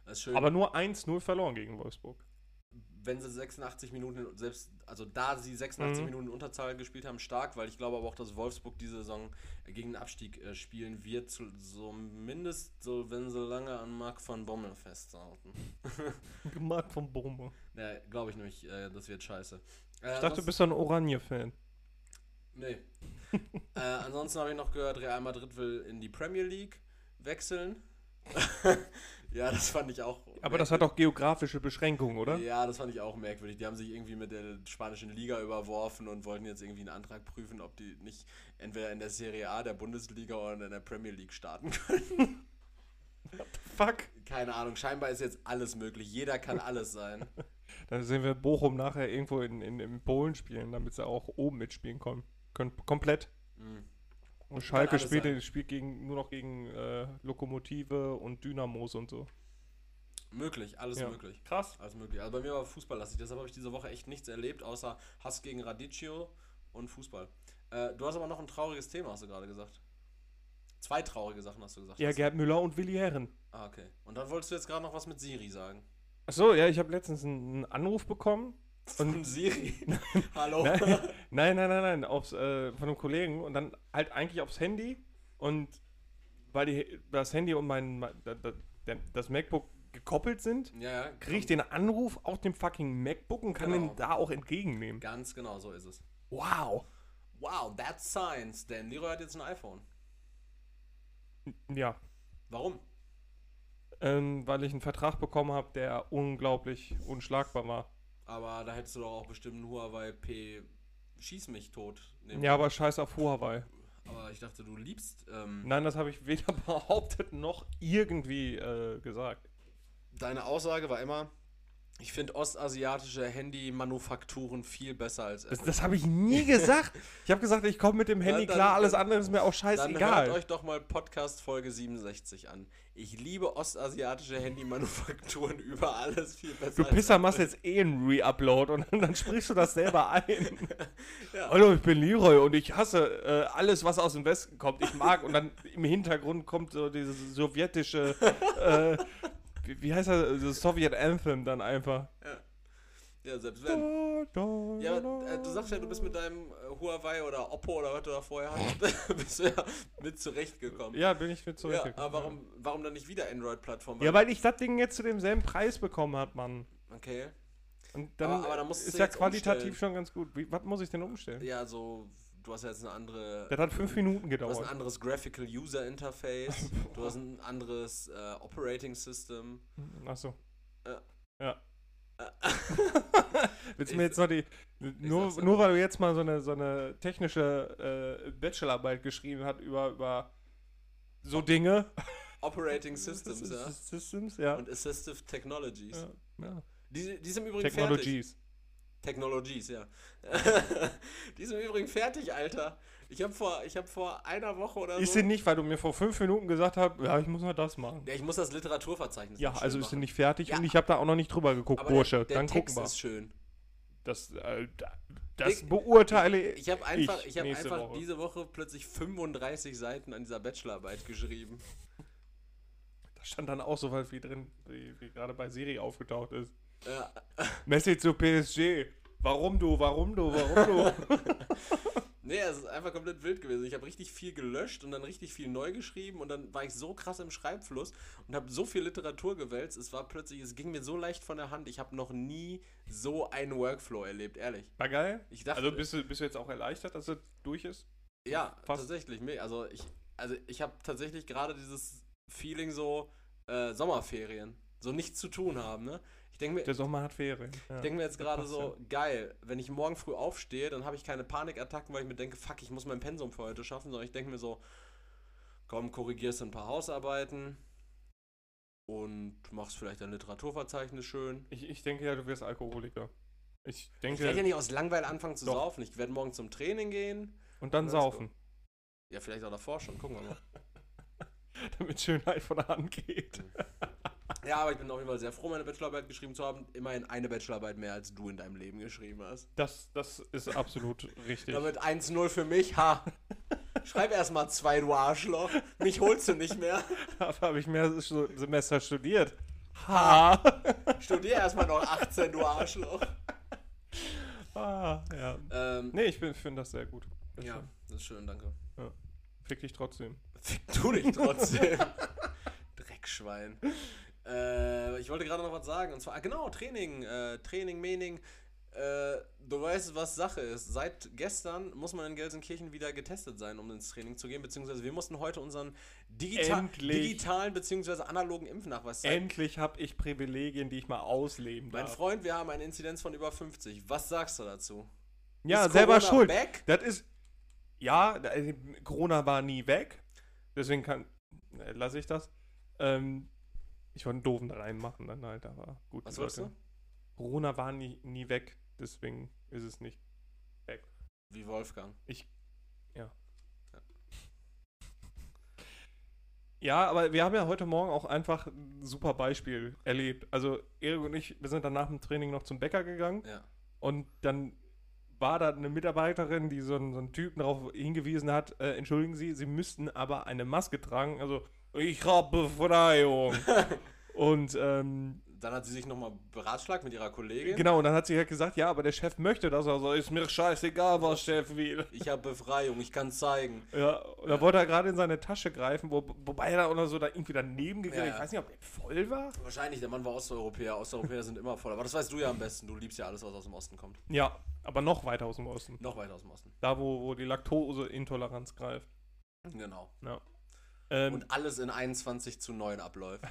Das ist schön.
Aber nur 1-0 verloren gegen Wolfsburg.
wenn sie 86 Minuten, selbst, also da sie 86
Mhm.
Minuten Unterzahl gespielt haben, stark, weil ich glaube aber auch, dass Wolfsburg diese Saison gegen den Abstieg äh, spielen wird, zu- zumindest so, wenn sie lange an Marc van Bommel festhalten.
Gemacht vom Bochum.
Ne, glaube ich nämlich, äh, das wird scheiße. Äh,
Ich dachte, du bist ja ein Oranje-Fan.
Nee. (laughs) äh, ansonsten habe ich noch gehört, Real Madrid will in die Premier League wechseln. (laughs) ja, das fand ich auch.
Aber das hat auch geografische Beschränkungen, oder?
Ja, das fand ich auch merkwürdig. Die haben sich irgendwie mit der spanischen Liga überworfen und wollten jetzt irgendwie einen Antrag prüfen, ob die nicht entweder in der Serie A, der Bundesliga oder in der Premier League starten können.
Fuck.
Keine Ahnung, scheinbar ist jetzt alles möglich. Jeder kann alles
(laughs)
sein.
Dann sehen wir Bochum nachher irgendwo in, in, in Polen spielen, damit sie auch oben mitspielen können. können komplett.
Mhm.
Und Schalke
alles
spielt,
sein.
spielt gegen, nur noch gegen äh, Lokomotive und Dynamos und so.
möglich, alles
Ja.
möglich.
Krass.
Alles möglich. Also bei mir war Fußball lastig. Deshalb habe ich diese Woche echt nichts erlebt, außer Hass gegen Radicchio und Fußball. Äh, du hast aber noch ein trauriges Thema, hast du gerade gesagt. Zwei traurige Sachen hast du gesagt.
Ja,
hast.
Gerd Müller und Willi Herren.
Ah, okay. Und dann wolltest du jetzt gerade noch was mit Siri sagen.
Achso, ja, ich habe letztens einen einen Anruf bekommen.
Von (laughs) Siri? Hallo?
(laughs) Nein, nein, nein, nein, nein aufs, äh, von einem Kollegen und dann halt eigentlich aufs Handy und weil die, das Handy und mein, mein da- da- der- das MacBook gekoppelt sind,
Ja, ja.
kriege ich den Anruf auf dem fucking MacBook und kann
Genau.
den da auch entgegennehmen.
Ganz genau, so ist es.
Wow.
Wow, that's science, denn Leroy hat jetzt ein iPhone.
Ja,
Warum?
ähm, weil ich einen Vertrag bekommen habe, der unglaublich unschlagbar war.
Aber da hättest du doch auch bestimmt einen Huawei P. Schieß mich tot. nehmen
Ja, aber scheiß auf Huawei.
können. Aber ich dachte, du liebst ähm,
Nein, das habe ich weder (laughs) behauptet noch irgendwie äh, gesagt.
Deine Aussage war immer, ich finde ostasiatische Handy-Manufakturen viel besser als
Das,
Apple.
das habe ich nie gesagt. (laughs) äh, Ich habe gesagt, ich komme mit dem Handy
dann-
klar, alles andere ist mir auch
Dann
scheißegal.
hört euch doch mal Podcast Folge 67 an. Ich liebe ostasiatische Handy-Manufakturen (laughs) über alles viel besser
Du
als
Pisser
Apple.
machst jetzt eh einen Re-Upload und dann, dann sprichst du das selber ein.
(laughs) Ja.
Hallo, ich bin Leroy und ich hasse äh, alles, was aus dem Westen kommt. Ich mag und dann im Hintergrund kommt so dieses sowjetische, äh, wie, wie heißt das, das Soviet Anthem dann einfach.
Ja, selbst wenn. Ja, aber, äh, du sagst ja, du bist mit deinem äh, Huawei oder Oppo oder was du da vorher
(laughs)
hattest, (laughs) bist du ja mit zurechtgekommen.
Ja, bin ich mit
Ja,
zurück.
aber warum, warum dann nicht wieder Android-Plattform?
Ja, weil ich das Ding jetzt zu demselben Preis bekommen habe, Mann.
okay.
Und dann,
Ah, Aber- aber dann musst du
ist ja
jetzt
qualitativ
umstellen.
schon ganz gut. Wie, was muss ich denn umstellen?
Ja, also, du hast ja jetzt eine andere.
Das hat fünf Minuten
Du hast
gedauert.
ein anderes Graphical User
(laughs)
Interface, du hast ein anderes äh, Operating System.
Achso.
Äh.
Ja.
Äh.
(laughs) Willst du
Ich-
mir jetzt noch die. Nur,
sag's ja
nur
nur.
weil du jetzt mal so eine, so eine technische äh, Bachelorarbeit geschrieben hast über, über so Dinge.
Operating Systems, ja.
Systems, ja.
Und Assistive Technologies.
ja. ja.
Die, die ist im Übrigen fertig.
Technologies.
Technologies, ja. (laughs) die ist im Übrigen fertig, Alter. Ich habe vor, ich hab vor einer Woche oder
Ist
so.
sie nicht, weil du mir vor fünf Minuten gesagt hast, ja, ich muss noch das machen.
Ja, ich muss das Literaturverzeichnis
Ja,
noch schön
also ist sie
machen.
nicht fertig
Ja.
und ich habe da auch noch nicht drüber geguckt,
Aber
Bursche.
der, der
Dann
Text
gucken wir.
ist schön.
Das, äh, da- das
Dick,
beurteile
Ich habe einfach, ich hab
nächste
einfach
Woche.
diese Woche plötzlich 35 Seiten an dieser Bachelorarbeit geschrieben.
Da stand dann auch so was wie drin, wie, wie gerade bei Siri aufgetaucht ist.
Ja,
Messi zu PSG. Warum du, warum du, warum (laughs) du?
Nee, es ist einfach komplett wild gewesen. Ich habe richtig viel gelöscht und dann richtig viel neu geschrieben und dann war ich so krass im Schreibfluss und habe so viel Literatur gewälzt. Es war plötzlich, es ging mir so leicht von der Hand. Ich habe noch nie so einen Workflow erlebt, ehrlich.
War geil.
Ich dachte,
also bist du, bist du jetzt auch erleichtert, dass es durch ist?
ja,
fast-
tatsächlich. nee, Also ich, also ich habe tatsächlich gerade dieses Feeling so äh, Sommerferien, so nichts zu tun haben. Ne? Ich denke mir,
Der Sommer hat Ferien. Ja.
Ich denke mir jetzt
das
gerade
passt
so, geil, wenn ich morgen früh aufstehe, dann habe ich keine Panikattacken, weil ich mir denke, fuck, ich muss mein Pensum für heute schaffen, sondern ich denke mir so, komm, korrigierst ein paar Hausarbeiten und machst vielleicht dein Literaturverzeichnis schön.
Ich, ich denke ja, du wirst Alkoholiker. Ich
Ich werde ja
denke.
nicht aus Langweil anfangen zu
Doch.
saufen. Ich werde morgen zum Training gehen.
Und dann
Let's go.
saufen. (laughs)
Ja, vielleicht auch davor schon, gucken wir mal.
Mhm. Damit Schönheit von der Hand geht.
Ja, aber ich bin auf jeden Fall sehr froh, meine Bachelorarbeit geschrieben zu haben. Immerhin eine Bachelorarbeit mehr, als du in deinem Leben geschrieben hast.
Das, das ist absolut richtig.
Damit 1-0 für mich, ha. Schreib erstmal zwei, du Arschloch. Mich holst du nicht mehr.
(laughs) Dafür habe ich mehr Stu- Semester studiert. Ha!
Studier erstmal noch 18, du Arschloch.
ah, ja.
Ähm,
Nee, ich finde das sehr gut. Das
ja,
stimmt.
das ist schön, danke.
Fick dich trotzdem.
Fick du dich trotzdem. (laughs) Dreckschwein. Äh, ich wollte gerade noch was sagen. Und zwar, ah, genau, Training. Äh, Training, Mening. Äh, du weißt, was Sache ist. Seit gestern muss man in Gelsenkirchen wieder getestet sein, um ins Training zu gehen. Beziehungsweise wir mussten heute unseren digita
Endlich.
digitalen beziehungsweise analogen Impfnachweis zeigen.
Endlich habe ich Privilegien, die ich mal ausleben
Mein
darf.
Freund, wir haben eine Inzidenz von über 50. Was sagst du dazu?
Ja,
Ist
selber
Corona
schuld.
back?
Das ist. Ja, da- äh, Corona war nie weg. Deswegen kann. äh, Lasse ich das. Ähm, ich wollte einen doofen reinmachen, dann halt, aber gut.
Was
die
wolltest
Leute-
du?
Corona war nie, nie weg, deswegen ist es nicht.
Wie Wolfgang.
Ja, aber wir haben ja heute Morgen auch einfach ein super Beispiel erlebt. Also Erik und ich, wir sind dann nach dem Training noch zum Bäcker gegangen
Ja.
und dann war da eine Mitarbeiterin, die so einen, so einen Typen darauf hingewiesen hat, äh, entschuldigen Sie, Sie müssten aber eine Maske tragen. Also, ich habe (laughs) Befreiung. und ähm,
Dann hat sie sich nochmal beratschlagt mit ihrer Kollegin.
genau, und dann hat sie halt gesagt, ja, aber der Chef möchte das. Also, ist mir scheißegal, was Chef will.
Ich habe Befreiung, ich kann zeigen.
Ja, und da wollte er gerade in seine Tasche greifen, wo, wobei er da auch noch so da irgendwie daneben gegriffen
Ja, ja.
Ich weiß nicht, ob er voll war.
Wahrscheinlich, der Mann war Osteuropäer. Osteuropäer sind immer voll. Aber das weißt du ja am besten. Du liebst ja alles, was aus dem Osten kommt.
Ja, aber noch weiter aus dem Osten.
Noch weiter aus dem Osten.
Da, wo, wo die Laktoseintoleranz greift.
Genau.
Ja. Ähm,
Und alles in 21 zu 9 abläuft.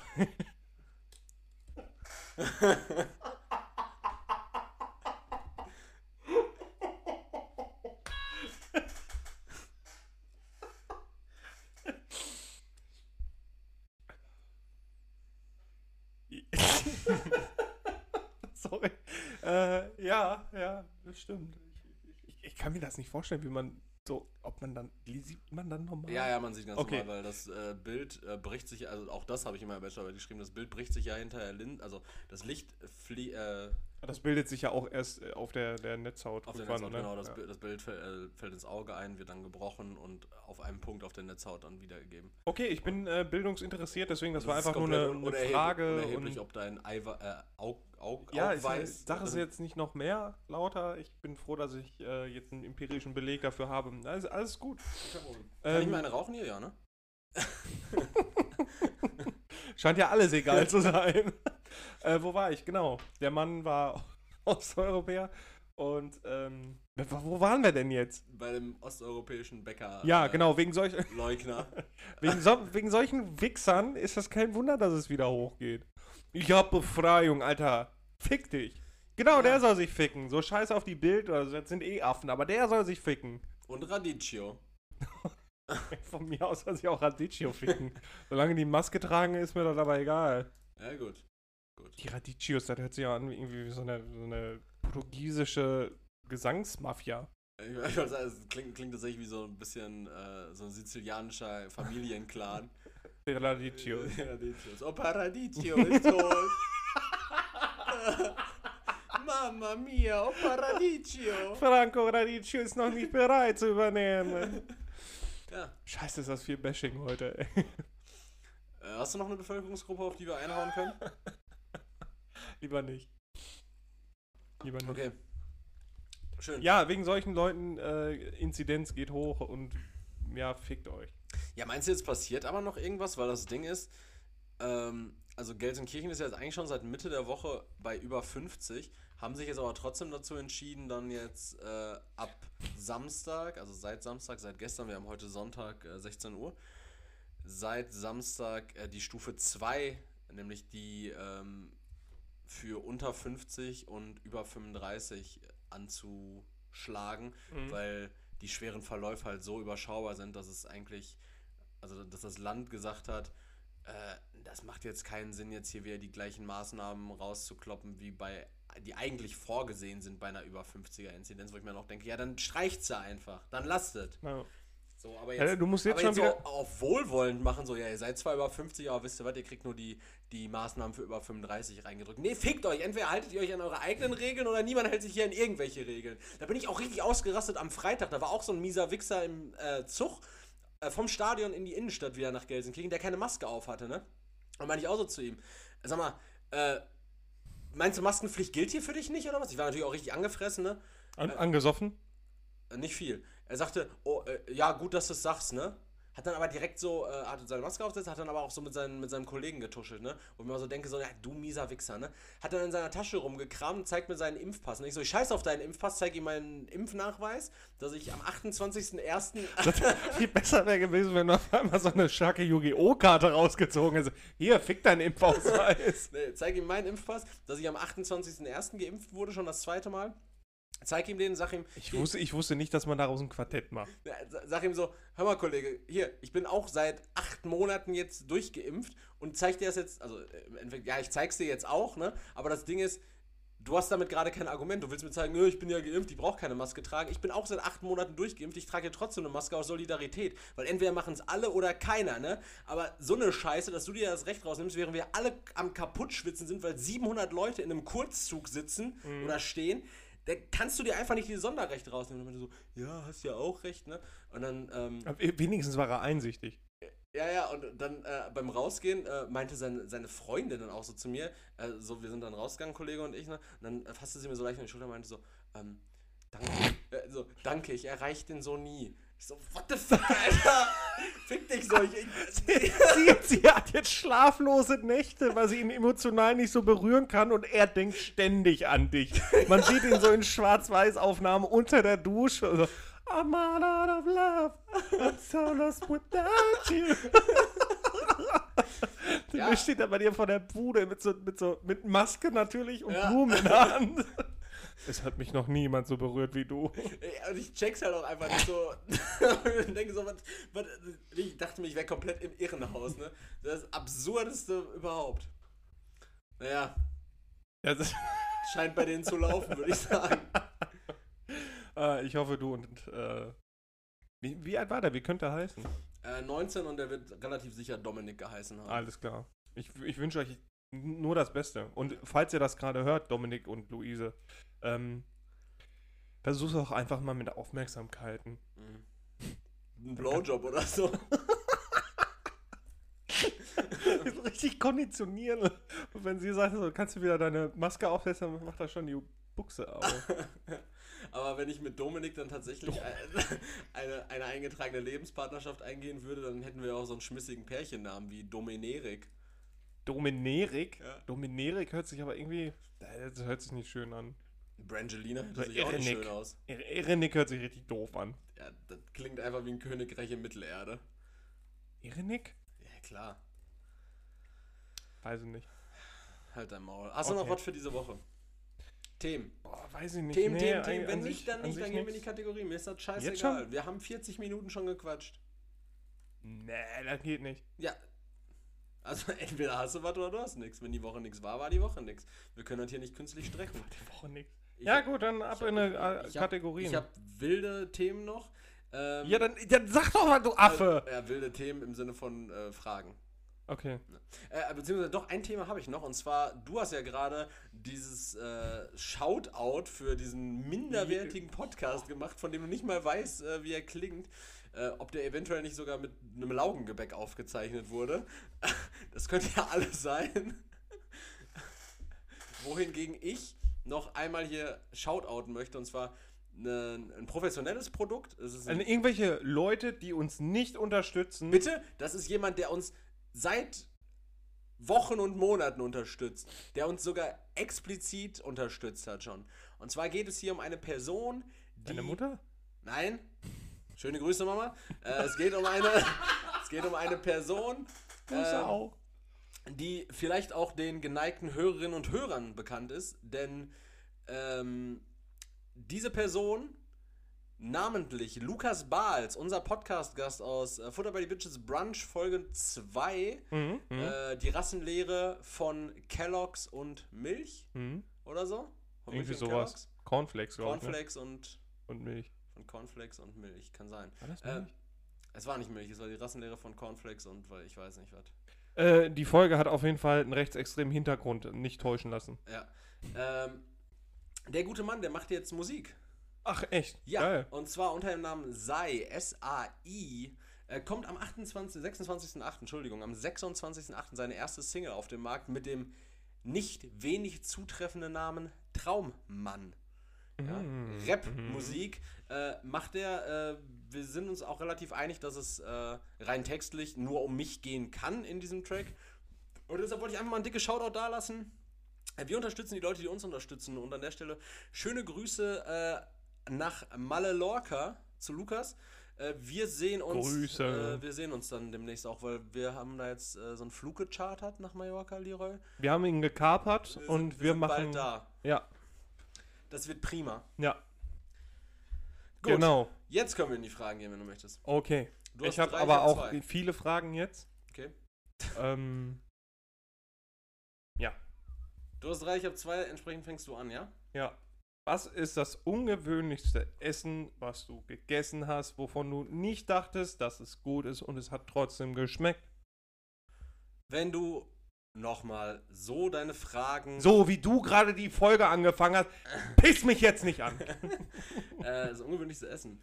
(laughs) sorry. Äh, ja, ja, das stimmt. Ich, ich kann mir das nicht vorstellen, wie man so, ob man dann, sieht man dann normal?
Ja, ja, man sieht ganz
Okay.
normal, weil das äh, Bild äh, bricht sich, also auch das habe ich in meiner Bachelorarbeit geschrieben, das Bild bricht sich ja hinter der Linse, also das Licht flie äh,
Das bildet sich ja auch erst äh, auf der, der Netzhaut.
auf der
irgendwann,
Netzhaut,
ne?
genau, das,
ja.
Bi- das Bild fäll- äh, fällt ins Auge ein, wird dann gebrochen und auf einem Punkt auf der Netzhaut dann wiedergegeben.
Okay, ich bin äh, bildungsinteressiert, deswegen, das
Also
war
es ist
einfach nur
komplett un-
eine, eine
unerheb-
Frage.
Unerheblich,
und-
ob dein Ei, äh, Aug, Aug,
Ja, ich
Augweiß.
sage es jetzt nicht noch mehr lauter. Ich bin froh, dass ich äh, jetzt einen empirischen Beleg dafür habe. Alles, alles gut.
Kann ich
Ähm,
mal eine rauchen hier? Ja, ne?
Scheint ja alles egal zu sein. (laughs) äh, wo war ich? Genau. Der Mann war (laughs) Osteuropäer. Und ähm, wo wo waren wir denn jetzt?
Bei dem osteuropäischen Bäcker.
Ja,
äh,
genau, wegen, solch,
Leugner.
wegen, so, wegen solchen Wichsern ist das kein Wunder, dass es wieder hochgeht. Ich hab Befreiung, Alter. Fick dich. Genau,
Ja.
der soll sich ficken. So scheiß auf die Bild, also das sind eh Affen, aber der soll sich ficken. (laughs)
Und Radicchio.
Von mir aus soll sich auch Radicchio ficken.
(laughs)
Solange die Maske tragen, ist mir das aber egal.
Ja, gut. Gut.
Die Radicchios, das hört sich ja an wie irgendwie wie so eine, so eine portugiesische Gesangsmafia.
Ich wollte sagen, es klingt, klingt tatsächlich wie so ein bisschen äh, so ein sizilianischer Familienclan.
Die Radicchio.
(laughs) Radicchio. Oh, Paradicchio ist tot. (laughs) Mamma mia, oh Paradicchio.
(laughs) Franco Radicchio ist noch nicht bereit zu übernehmen.
Ja.
(laughs) Scheiße, ist das viel Bashing heute. (laughs) ey.
Äh, hast du noch eine Bevölkerungsgruppe, auf die wir einhauen können?
Lieber nicht. Lieber nicht.
Okay. Schön.
Ja, wegen solchen Leuten, äh, Inzidenz geht hoch und ja, fickt euch.
Ja, meinst du, jetzt passiert aber noch irgendwas? Weil das Ding ist, ähm, also Gelsenkirchen ist jetzt eigentlich schon seit Mitte der Woche bei über 50, haben sich jetzt aber trotzdem dazu entschieden, dann jetzt äh, ab Samstag, also seit Samstag, seit gestern, wir haben heute Sonntag äh, 16 Uhr, seit Samstag äh, die Stufe 2, nämlich die ähm, für unter 50 und über 35 anzuschlagen,
Mhm.
weil die schweren Verläufe halt so überschaubar sind, dass es eigentlich, also dass das Land gesagt hat, äh, das macht jetzt keinen Sinn, jetzt hier wieder die gleichen Maßnahmen rauszukloppen, wie bei, die eigentlich vorgesehen sind bei einer über 50er Inzidenz, wo ich mir noch denke, ja, dann streicht's da einfach, dann lastet.
Ja.
So, aber
Ja,
jetzt,
du musst jetzt
aber
schon
jetzt so
wieder-
auf wohlwollend machen, so, ja, ihr seid zwar über 50, aber wisst ihr was, ihr kriegt nur die, die Maßnahmen für über 35 reingedrückt. Nee, fickt euch, entweder haltet ihr euch an eure eigenen Regeln oder niemand hält sich hier an irgendwelche Regeln. Da bin ich auch richtig ausgerastet am Freitag, da war auch so ein mieser Wichser im äh, Zug äh, vom Stadion in die Innenstadt wieder nach Gelsenkirchen, der keine Maske auf hatte, ne? Und meine ich auch so zu ihm, sag mal, äh, meinst du, Maskenpflicht gilt hier für dich nicht oder was? Ich war natürlich auch richtig angefressen, ne?
An, (laughs) angesoffen?
Äh, Nicht viel. Er sagte, oh, äh, ja, gut, dass du es sagst, ne? Hat dann aber direkt so, äh, hat seine Maske aufgesetzt, hat dann aber auch so mit, seinen, mit seinem Kollegen getuschelt, ne? Wo ich mir so denke, so, ja, du mieser Wichser, ne? Hat dann in seiner Tasche rumgekramt, zeigt mir seinen Impfpass. Und ich so, ich scheiß auf deinen Impfpass, zeig ihm meinen Impfnachweis, dass ich am 28.01.
Das viel besser wäre gewesen, wenn du auf einmal so eine starke Yu-Gi-Oh!-Karte rausgezogen hättest. Hier, fick deinen Impfausweis.
(laughs) Nee, zeig ihm meinen Impfpass, dass ich am 28.01. geimpft wurde, schon das zweite Mal. Zeig ihm den, sag ihm,
ich, wusste, ich wusste nicht, dass man daraus ein Quartett macht.
Ja, sa- Sag ihm so, hör mal, Kollege, hier, ich bin auch seit acht Monaten jetzt durchgeimpft und zeig dir das jetzt, also äh, im Endeffekt, ja, ich zeig's dir jetzt auch, ne? Aber das Ding ist, du hast damit gerade kein Argument. Du willst mir zeigen, "Nö, ich bin ja geimpft, ich brauche keine Maske tragen. Ich bin auch seit acht Monaten durchgeimpft, ich trage hier trotzdem eine Maske aus Solidarität. Weil entweder machen's alle oder keiner, ne? Aber so eine Scheiße, dass du dir das Recht rausnimmst, während wir alle am kaputtschwitzen sind, weil 700 Leute in einem Kurzzug sitzen oder stehen, da kannst du dir einfach nicht die Sonderrechte rausnehmen. Und dann meinte so, ja, hast ja auch recht, ne? Und dann, ähm,
Aber Wenigstens war er einsichtig. (laughs)
ja, ja, und dann äh, beim Rausgehen äh, meinte seine, seine Freundin dann auch so zu mir, äh, so, wir sind dann rausgegangen, Kollege und ich, ne? Und dann äh, fasste sie mir so leicht an die Schulter und meinte so, ähm, danke, äh, so, danke, ich erreiche den so nie. Ich so, what the fuck, Alter? Fick dich so, ich, ich,
sie, sie hat jetzt schlaflose Nächte, weil sie ihn emotional nicht so berühren kann und er denkt ständig an dich. Man sieht ihn so in Schwarz-Weiß-Aufnahmen unter der Dusche. Also, I'm all out of love. I'm so lost without you. (laughs) Der
Ja.
steht da bei dir vor der Bude mit, so, mit, so, mit Maske natürlich und
Ja.
Blumen in der Hand. Es hat mich noch niemand so berührt
(laughs)
wie du.
Ja, Und ich check's halt auch einfach nicht so. (laughs) und denke so, was, was, ich dachte mir, ich wäre komplett im Irrenhaus, ne? Das Absurdeste überhaupt. Naja,
Das ist-
scheint bei denen zu laufen, würde ich sagen.
Äh, ich hoffe, du und. Äh, wie, wie alt war der? Wie könnte er heißen?
Äh, 19 und der wird relativ sicher Dominik geheißen haben.
Alles klar. Ich, ich wünsche euch nur das Beste. Und falls ihr das gerade hört, Dominik und Luise, ähm, versuch's auch einfach mal mit (laughs) Aufmerksamkeiten.
Mhm. Ein Blowjob oder so. (laughs)
Richtig konditionieren. Und wenn sie sagt, so, kannst du wieder deine Maske aufsetzen, dann macht er schon die Buchse auf.
Aber wenn ich mit Dominik dann tatsächlich ein- (laughs) eine, eine eingetragene Lebenspartnerschaft eingehen würde, dann hätten wir auch so einen schmissigen Pärchennamen wie Dominerik.
(laughs) Dominerik?
Ja.
Dominerik hört sich aber irgendwie. Das hört sich nicht schön an.
Brangelina
So
hört sich auch nicht
Irrenik.
schön aus.
Irenik hört sich richtig doof an.
Ja, das klingt einfach wie ein Königreich in Mittelerde.
Irenik?
Ja, klar.
Weiß ich nicht.
Halt dein Maul. Hast du
Okay.
noch was für diese Woche? Themen.
Boah, weiß ich nicht.
Themen,
Nee,
Themen,
an-
Themen.
an
Wenn
sich-
nicht, dann
an
nicht.
sich
Dann gehen wir in die
nix.
Kategorie. Mir ist das
Jetzt
scheißegal.
schon?
Wir haben 40 Minuten schon gequatscht.
Nee, das geht nicht.
Ja. Also (laughs) entweder hast du was oder du hast nichts. Wenn die Woche nichts war, war die Woche nichts. Wir können das hier nicht künstlich strecken.
Die Woche nix.
Ich
ja,
hab-
gut, dann ab
ich
in
hab-
eine äh,
ich hab-
Kategorien.
Ich habe wilde Themen noch. Ähm,
ja, dann, dann sag doch mal, du Affe!
Äh, ja, wilde Themen im Sinne von äh, Fragen.
Okay.
Äh, beziehungsweise doch, ein Thema habe ich noch. Und zwar, du hast ja gerade dieses äh, Shoutout für diesen minderwertigen Podcast gemacht, von dem du nicht mal weißt, äh, wie er klingt. Äh, ob der eventuell nicht sogar mit einem Laugengebäck aufgezeichnet wurde. (laughs) Das könnte ja alles sein. (laughs) Wohingegen ich noch einmal hier Shoutouten möchte. Und zwar ne, ein professionelles Produkt. Es ist ein
An irgendwelche Leute, die uns nicht unterstützen.
Bitte, das ist jemand, der uns seit Wochen und Monaten unterstützt, der uns sogar explizit unterstützt hat schon. Und zwar geht es hier um eine Person, die
Deine Mutter?
Nein. Schöne Grüße, Mama. Äh, es geht um eine (laughs) es geht um eine Person,
Grüße
ähm,
auch.
die vielleicht auch den geneigten Hörerinnen und Hörern bekannt ist, denn ähm, diese Person, namentlich Lukas Bahls, unser Podcast-Gast aus äh, Futter by the Bitches Brunch Folge 2,
Mhm. Mhm.
äh, die Rassenlehre von Kellogg's und Milch
mhm.
oder so? Von
Irgendwie
Milch und
sowas. Cornflakes,
Kellogg's?
glaube ich. Ne?
Cornflakes und
Und Milch.
von Cornflakes und Milch, kann sein.
War das
Äh,
Milch?
Es war nicht Milch, es war die Rassenlehre von Cornflakes und weil ich weiß nicht was.
Äh, die Folge hat auf jeden Fall einen rechtsextremen Hintergrund, nicht täuschen lassen.
Ja. Ähm, der gute Mann, der macht jetzt Musik.
Ach, echt?
Ja,
Geil.
und zwar unter dem Namen Sai, S-A-I. Äh, kommt am 28, 26.08., Entschuldigung, am 26.08. seine erste Single auf dem Markt mit dem nicht wenig zutreffenden Namen Traummann. Ja? Rap-Musik äh, macht er. Äh, wir sind uns auch relativ einig, dass es äh, rein textlich nur um mich gehen kann in diesem Track. Und deshalb wollte ich einfach mal ein dickes Shoutout da lassen. Wir unterstützen die Leute, die uns unterstützen. Und an der Stelle schöne Grüße äh, nach Malle Lorca zu Lukas. Äh, wir sehen uns.
Grüße.
Äh, wir sehen uns dann demnächst auch, weil wir haben da jetzt äh, so einen Flug gechartert nach Mallorca, Leroy.
Wir haben ihn gekapert
Wir
und
sind-
wir,
sind
machen.
bald da.
Ja,
Das wird prima.
ja.
Gut.
Genau.
Jetzt können wir in die Fragen gehen, wenn du möchtest.
Okay.
Du
ich
hast
habe
drei,
aber
hab
auch
zwei.
viele Fragen jetzt.
Okay.
ähm, ja,
Du hast drei, ich habe zwei. Entsprechend fängst du an, ja?
ja. Was ist das ungewöhnlichste Essen, was du gegessen hast, wovon du nicht dachtest, dass es gut ist und es hat trotzdem geschmeckt?
Wenn du nochmal so deine Fragen
So wie du gerade die Folge angefangen hast,
(laughs)
piss mich jetzt nicht an.
äh, das ungewöhnlichste Essen.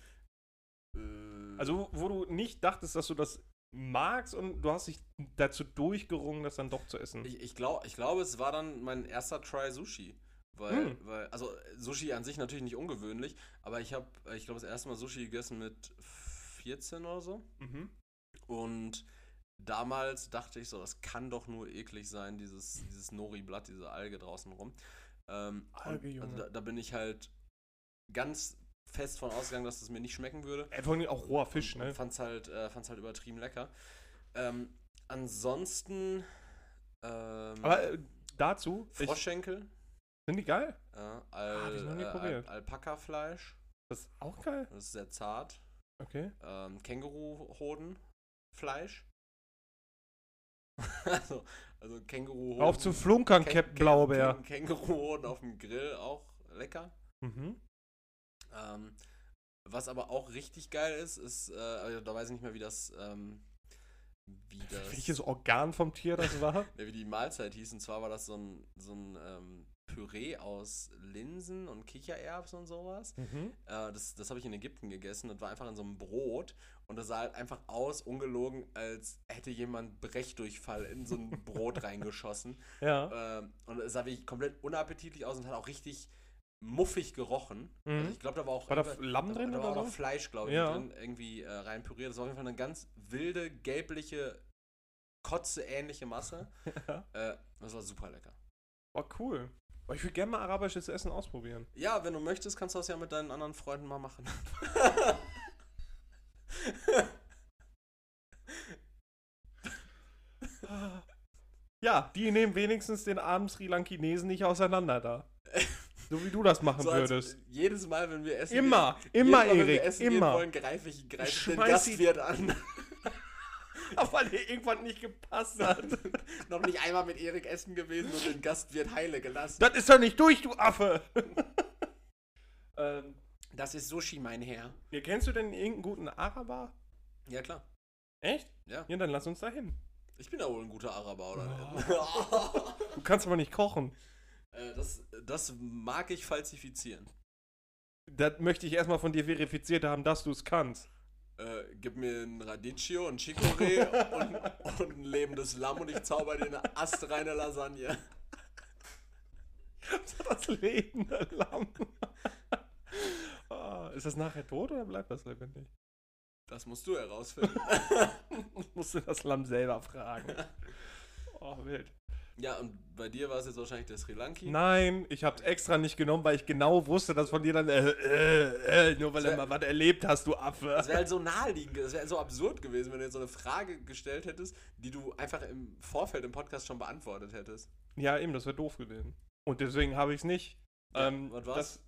Äh,
Also, wo du nicht dachtest, dass du das magst und du hast dich dazu durchgerungen, das dann doch zu essen.
ich, ich, glaub, ich glaube, es war dann mein erster Try Sushi. Weil,
Hm.
weil, also äh, Sushi an sich natürlich nicht ungewöhnlich, aber ich habe, ich glaube, das erste Mal Sushi gegessen mit 14 oder so.
Mhm.
Und damals dachte ich so, das kann doch nur eklig sein, dieses, dieses Nori-Blatt, diese Alge draußen rum. Ähm,
Alge,
und-
Junge.
Also da, da bin ich halt ganz fest von ausgegangen, dass es mir nicht schmecken würde.
Äh, Vor allem auch roher Fisch,
Und- und
ne?
Fand's halt, äh, fand's halt übertrieben lecker. Ähm, ansonsten ähm,
Aber äh, dazu, ich,
Froschschenkel,
sind die geil?
äh, Al,
hab ich noch nie
äh, Al,
probiert.
Alpakafleisch,
Das ist auch geil.
das ist sehr zart.
Okay.
ähm, Känguruhoden, Fleisch. (laughs) also, also Känguruhoden.
Hör auf zu flunkern,
Kä-
Captain
Kä-
Blaubeer.
Kä- Känguruhoden auf dem Grill auch lecker.
Mhm.
Ähm, was aber auch richtig geil ist, ist, äh, also da weiß ich nicht mehr, wie das, ähm, wie das,
Welches Organ vom Tier das war?
ja, wie die Mahlzeit hieß. Und zwar war das so ein, so ein ähm, Püree aus Linsen und Kichererbsen und sowas.
mhm.
Äh, das das habe ich in Ägypten gegessen und war einfach in so einem Brot und das sah halt einfach aus, ungelogen, als hätte jemand Brechdurchfall in so ein
(laughs)
Brot reingeschossen.
Ja.
Ähm, und es sah wirklich komplett unappetitlich aus und hat auch richtig muffig gerochen.
Mhm.
Also ich glaube, da war auch
War Äh, da
irgendwas-
Lamm drin
da war
oder
auch
so?
noch Fleisch, glaube ich,
Ja.
drin, irgendwie äh, rein püriert. Das war auf jeden Fall eine ganz wilde, gelbliche, kotzeähnliche Masse.
(laughs) Ja.
äh, das war super lecker.
War cool. Aber ich würde gerne mal arabisches Essen ausprobieren.
Ja, wenn du möchtest, kannst du das ja mit deinen anderen Freunden mal machen.
Ja, die nehmen wenigstens den armen Sri Lankinesen nicht auseinander da. (laughs) So wie du das machen
So als-
würdest.
jedes Mal, wenn wir essen.
Immer,
gehen,
immer,
jedes Mal,
Erik,
Wenn wir essen Gehen
immer.
wollen, greife ich, greife ich den
Schmeiß die-
Gastwirt an.
(laughs)
(laughs)
Weil dir irgendwann nicht gepasst hat.
Noch nicht einmal mit Erik essen gewesen und den Gastwirt heile gelassen.
(laughs) Das ist doch nicht durch, du Affe! (laughs) ähm,
Das ist Sushi, mein Herr.
ja, kennst du denn irgendeinen guten Araber?
Ja, klar.
Echt?
Ja.
Ja, dann lass uns da hin.
Ich bin da wohl ein guter Araber, oder? nicht?
Du kannst aber nicht kochen.
(laughs) Äh, das, das mag ich falsifizieren.
Das möchte ich erstmal von dir verifiziert haben, dass du es kannst. (laughs)
Äh, gib mir ein Radicchio, ein Chicorée und, und ein lebendes Lamm und ich zauber dir eine astreine Lasagne.
Das lebende (laughs) Lamm. Ah, ist das nachher tot oder bleibt das lebendig?
Das musst du herausfinden.
Ich musste das Lamm selber fragen. (laughs) Oh, wild.
ja, und bei dir war es jetzt wahrscheinlich der Sri Lanki.
Nein, ich hab's extra nicht genommen, weil ich genau wusste, dass von dir dann. Äh, äh, äh, nur weil
Sehr-
du mal was erlebt hast, du
Das wäre
Affe.
halt so naheliegend, das wäre halt so absurd gewesen, wenn du jetzt so eine Frage gestellt hättest, die du einfach im Vorfeld im Podcast schon beantwortet hättest.
Ja, eben, das wäre doof gewesen. Und deswegen habe ich's nicht.
Ja,
ähm,
was war's?
das,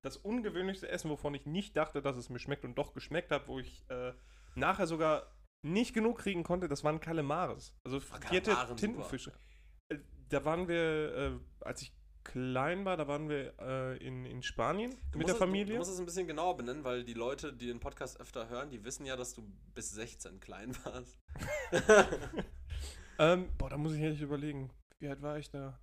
das ungewöhnlichste Essen, wovon ich nicht dachte, dass es mir schmeckt und doch geschmeckt hat, wo ich äh, nachher sogar nicht genug kriegen konnte, das waren Kalamares. Also frittierte
Kalamaren, super.
Tintenfische. Äh, Da waren wir, äh, als ich klein war, da waren wir äh, in, in Spanien
Du
mit
musst
der
es- Du,
Familie.
du musst es ein bisschen genauer benennen, weil die Leute, die den Podcast öfter hören, die wissen ja, dass du bis 16 klein warst.
Ähm, boah, da muss ich ehrlich überlegen. Wie alt war ich da?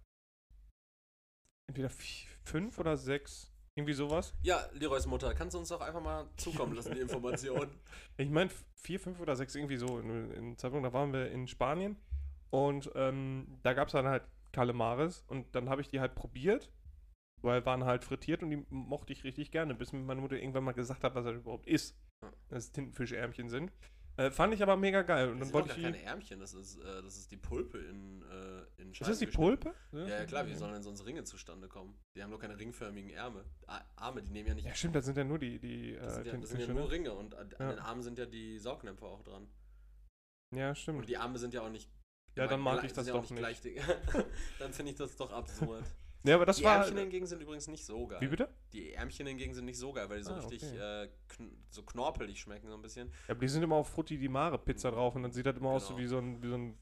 Entweder vi- fünf oder sechs. Irgendwie sowas.
ja, Leroys Mutter, kannst du uns doch einfach mal zukommen lassen, die Information.
Ich meine, vier, fünf oder sechs, irgendwie so. In, in Zeitpunkt, da waren wir in Spanien. Und ähm, da gab es dann halt Calamares. Und dann habe ich die halt probiert. Weil waren halt frittiert und die mochte ich richtig gerne. Bis mir meine Mutter irgendwann mal gesagt hat, was das überhaupt ist.
Ja.
Dass es Tintenfischärmchen sind. Äh, fand ich aber mega geil. Und
Das
dann
sind doch
wollte
gar
ich. die-
keine Ärmchen, das ist, äh, das ist die Pulpe in, äh, in
Ist das die
Scheiben
Pulpe?
geschnitten. Ja, ja, klar, wie sollen denn sonst Ringe zustande kommen? Die haben doch keine ringförmigen Ärme. A- Arme, die nehmen ja nicht.
Ja, stimmt, das sind ja nur die,
das,
die äh,
sind ja, das sind
Tintenfische.
ja nur
ne?
Ringe und an
Ja.
den Armen sind ja die Saugnäpfe auch dran.
Ja, stimmt.
Und die Arme sind ja auch nicht.
Hm. Ja, dann mag
gleich-
ich das
sind ja auch
doch
Gleich, (laughs) dann finde ich das doch absurd.
Ja, aber (laughs) das
die
war. äh,
Ärmchen hingegen sind übrigens nicht so geil.
Wie bitte?
Die Ärmchen hingegen sind nicht so geil, weil die so
Ah,
richtig
okay.
äh, kn so knorpelig schmecken, so ein bisschen.
Ja, aber die sind immer auf Frutti di Mare Pizza drauf und dann sieht das immer aus so
Genau.
wie so ein, wie so ein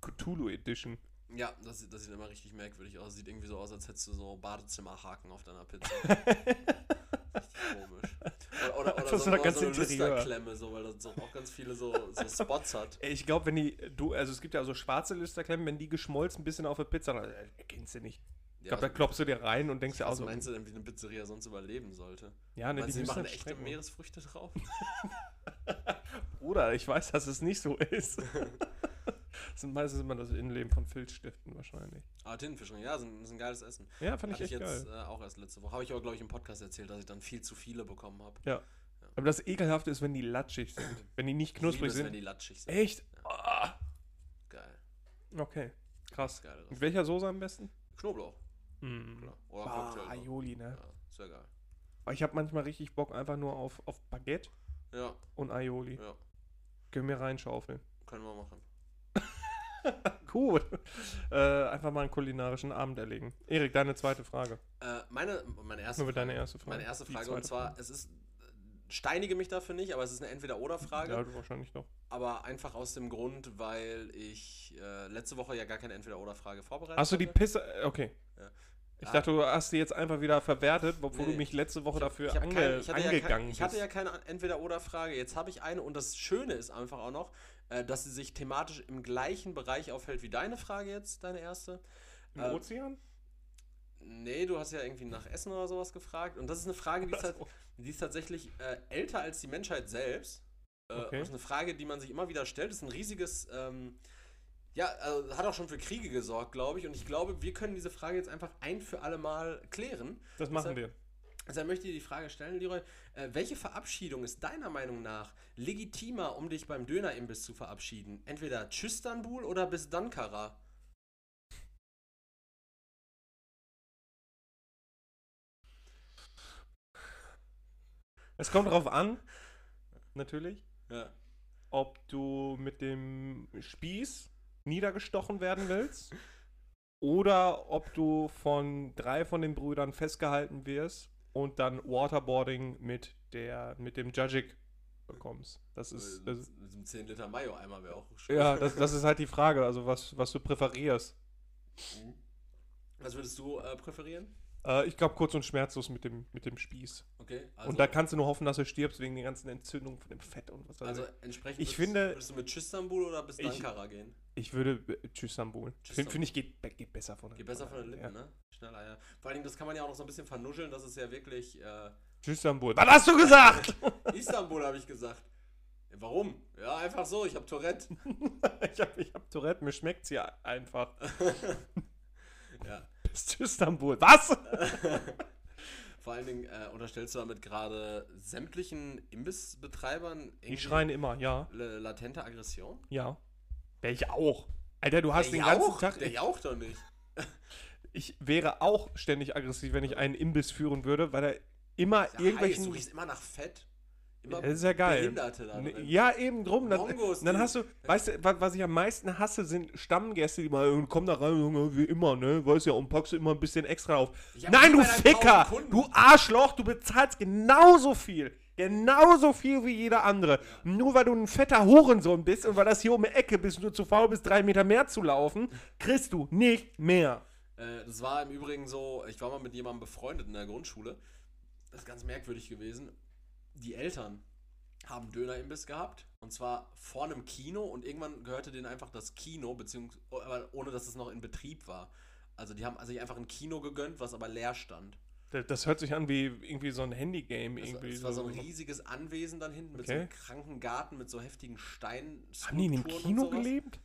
Cthulhu Edition.
Ja, das, sieht- das sieht immer richtig merkwürdig aus. Sieht irgendwie so aus, als hättest du so Badezimmerhaken auf deiner
(laughs)
Pizza. richtig komisch. Oder, oder, oder
Das
so,
ist doch
oder
ganz
so eine
Interieur.
Listerklemme, so, weil das so, auch ganz viele so, so
(laughs)
Spots hat.
Ey, Ich glaube, wenn die, du, also es gibt ja so schwarze Listerklemmen, wenn die geschmolzen ein bisschen auf der Pizza, dann äh, erkennst du nicht. Ich
Ja,
glaube, da klopfst du dir rein und denkst dir auch
was
so.
meinst du denn, wie eine Pizzeria sonst überleben sollte?
Ja, ne,
Meinst du, die
müssen
machen
halt
echte
strecken.
Meeresfrüchte drauf?
Bruder, ich weiß, dass
(laughs)
es nicht so ist. das sind meistens immer das Innenleben von Filzstiften wahrscheinlich.
Ah, Tintenfischringe, ja, sind, ist ein geiles Essen.
Ja, fand ich
Hatte ich
echt geil.
jetzt äh, auch erst letzte Woche. Habe ich aber, glaube ich, im Podcast erzählt, dass ich dann viel zu viele bekommen habe. äh,
Aber das Ekelhafte ist, wenn die
(laughs)
latschig sind. Wenn die nicht knusprig
wenn
sind.
die latschig sind.
Echt? Ah.
Geil.
Okay, krass.
Geile Reste.
Mit welcher Soße am besten?
Knoblauch.
Mm.
Oder
Bah,
Cocktail. drauf.
Aioli, ne?
Ja, sehr geil.
Aber ich habe manchmal richtig Bock einfach nur auf, auf Baguette
Ja,
und Aioli.
ja,
Können wir reinschaufeln. (laughs)
können wir machen.
Gut. Äh, einfach mal einen kulinarischen Abend erlegen. Erik, deine zweite Frage.
Äh, meine, meine erste
Nur mit deine erste Frage.
meine erste
Die
Frage,
zweite
und zwar, es ist, steinige mich dafür nicht, aber es ist eine Entweder-Oder-Frage,
Ja, du wahrscheinlich doch.
aber einfach aus dem Grund, weil ich äh, letzte Woche ja gar keine Entweder-Oder-Frage vorbereitet
Hast du die
hatte.
Pisse. äh, Okay.
Ja.
Ich
Ah.
dachte, du hast die jetzt einfach wieder verwertet, obwohl
Nee.
du mich letzte Woche dafür
hab
ange
kein- ich hatte ja kein-
angegangen
Ich hatte
bist.
ja keine Entweder-Oder-Frage. Jetzt habe ich eine und das Schöne ist einfach auch noch, äh, dass sie sich thematisch im gleichen Bereich aufhält wie deine Frage jetzt, deine erste.
Im
äh,
Ozean?
Nee, du hast ja irgendwie nach Essen oder sowas gefragt. Und das ist eine Frage, die ist, tats- die ist tatsächlich äh, älter als die Menschheit selbst. Äh,
Okay.
Das ist eine Frage, die man sich immer wieder stellt. Das ist ein riesiges, ähm, ja, also, hat auch schon für Kriege gesorgt, glaube ich. Und ich glaube, wir können diese Frage jetzt einfach ein für alle Mal klären.
Das machen wir.
Also, dann möchte ich dir die Frage stellen, Leroy. Äh, welche Verabschiedung ist deiner Meinung nach legitimer, um dich beim Dönerimbiss zu verabschieden? Entweder Tschüsstanbul oder bis Dankara?
Es kommt darauf an, natürlich,
Ja.
ob du mit dem Spieß niedergestochen werden willst oder ob du von drei von den Brüdern festgehalten wirst und dann Waterboarding mit der mit dem Jajik bekommst. Das ist, das ist
Äh, mit einem 10 Liter Mayo-Eimer wäre auch schön.
ja, das, das ist halt die Frage, also was, was du präferierst.
Mhm. Was würdest du äh, präferieren?
Äh, ich glaube kurz und schmerzlos mit dem mit dem Spieß.
Okay, also
und da kannst du nur hoffen, dass du stirbst wegen den ganzen Entzündungen von dem Fett und was weiß
also
ich.
entsprechend
ich
würdest,
finde-
würdest du mit Tschüsstanbul oder bis
Ich-
Dankara gehen?
Ich würde äh, Tschüssambulen. Finde
Tschüssambulen.
find ich geht, be- geht besser von der
Geht besser von den Lippen,
Ja.
ne? Schneller, ja. Vor allen Dingen, das kann man ja auch noch so ein bisschen vernuscheln, das ist ja wirklich äh,
Tschüssambulen. Was hast du
(laughs)
gesagt?
Istanbul, habe ich gesagt. Warum? Ja, einfach so, ich habe Tourette.
ich habe ich hab Tourette, mir schmeckt's hier
(laughs)
einfach.
Ja.
Bis zu Istanbul. Was?
Vor allen Dingen äh, unterstellst du damit gerade sämtlichen Imbissbetreibern irgendwie
Die schreien immer, ja.
la- latente Aggression?
Ja. Wär ich auch. Alter, du hast
Der
den ganzen
jaucht,
Tag.
Der jaucht doch nicht.
Ich wäre auch ständig aggressiv, wenn ich einen Imbiss führen würde, weil er immer
Ja, heiß, du
irgendwelchen.
riechst immer nach Fett.
Ja,
Immer
das ist ja geil.
Behinderte da
Ne,
drin.
Ja, eben drum. Dann,
Mongos,
dann
die-
hast du, weißt du, wa- was ich am meisten hasse, sind Stammgäste, die mal äh, kommen da rein, Junge, wie immer, ne? Weißt ja, und packst du immer ein bisschen extra auf.
Ich hab
Nein,
nie
du
bei deinen
Ficker!
Kunden-
Du Arschloch, du bezahlst genauso viel. Genauso viel wie jeder andere. Nur weil du ein fetter Hurensohn bist und weil das hier um die Ecke bist, nur zu faul bist, drei Meter mehr zu laufen, kriegst du nicht mehr.
Äh, das war im Übrigen so, ich war mal mit jemandem befreundet in der Grundschule. Das ist ganz merkwürdig gewesen. Die Eltern haben Dönerimbiss gehabt und zwar vor einem Kino und irgendwann gehörte denen einfach das Kino, beziehungsweise aber ohne dass es noch in Betrieb war. Also die haben sich einfach ein Kino gegönnt, was aber leer stand.
Das, das hört sich an wie irgendwie so ein Handygame.
Das,
Irgendwie
das war so ein riesiges Anwesen dann hinten mit so
Okay.
einem kranken Garten, mit so heftigen Steinen.
Haben die in dem Kino
gelebt?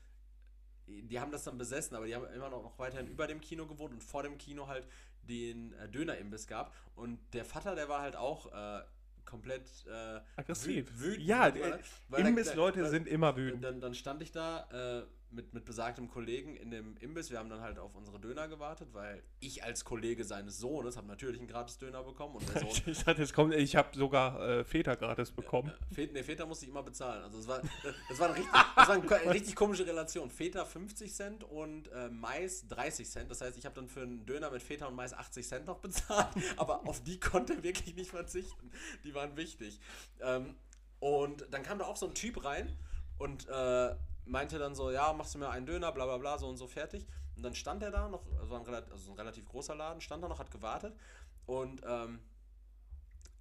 gelebt?
die haben das dann besessen, aber die haben immer noch, noch weiterhin über dem Kino gewohnt und vor dem Kino halt den äh, Dönerimbiss gab. Und der Vater, der war halt auch äh, komplett äh,
Aggressiv.
wü- wütend.
Ja,
weil er-
äh,
weil er-
Imbissleute
weil-
sind immer wütend.
Dann, dann stand ich da äh, mit, mit besagtem Kollegen in dem Imbiss. Wir haben dann halt auf unsere Döner gewartet, weil ich als Kollege seines Sohnes habe natürlich einen gratis Döner bekommen und der Sohn
(laughs) Ich dachte, es kommt, ich habe sogar äh, Väter gratis bekommen.
Väter, Äh, nee, Väter musste ich immer bezahlen. Also es war, (laughs) es war, eine, richtig, es war eine ko- richtig komische Relation. Väter 50 Cent und äh, Mais 30 Cent. Das heißt, ich habe dann für einen Döner mit Väter und Mais 80 Cent noch bezahlt. (laughs) Aber auf die konnte wirklich nicht verzichten. Die waren wichtig. Ähm, und dann kam da auch so ein Typ rein und äh, meinte dann so, ja, machst du mir einen Döner, bla bla bla, so und so fertig. Und dann stand er da noch, also war ein, relat- also ein relativ großer Laden, stand da noch, hat gewartet und ähm,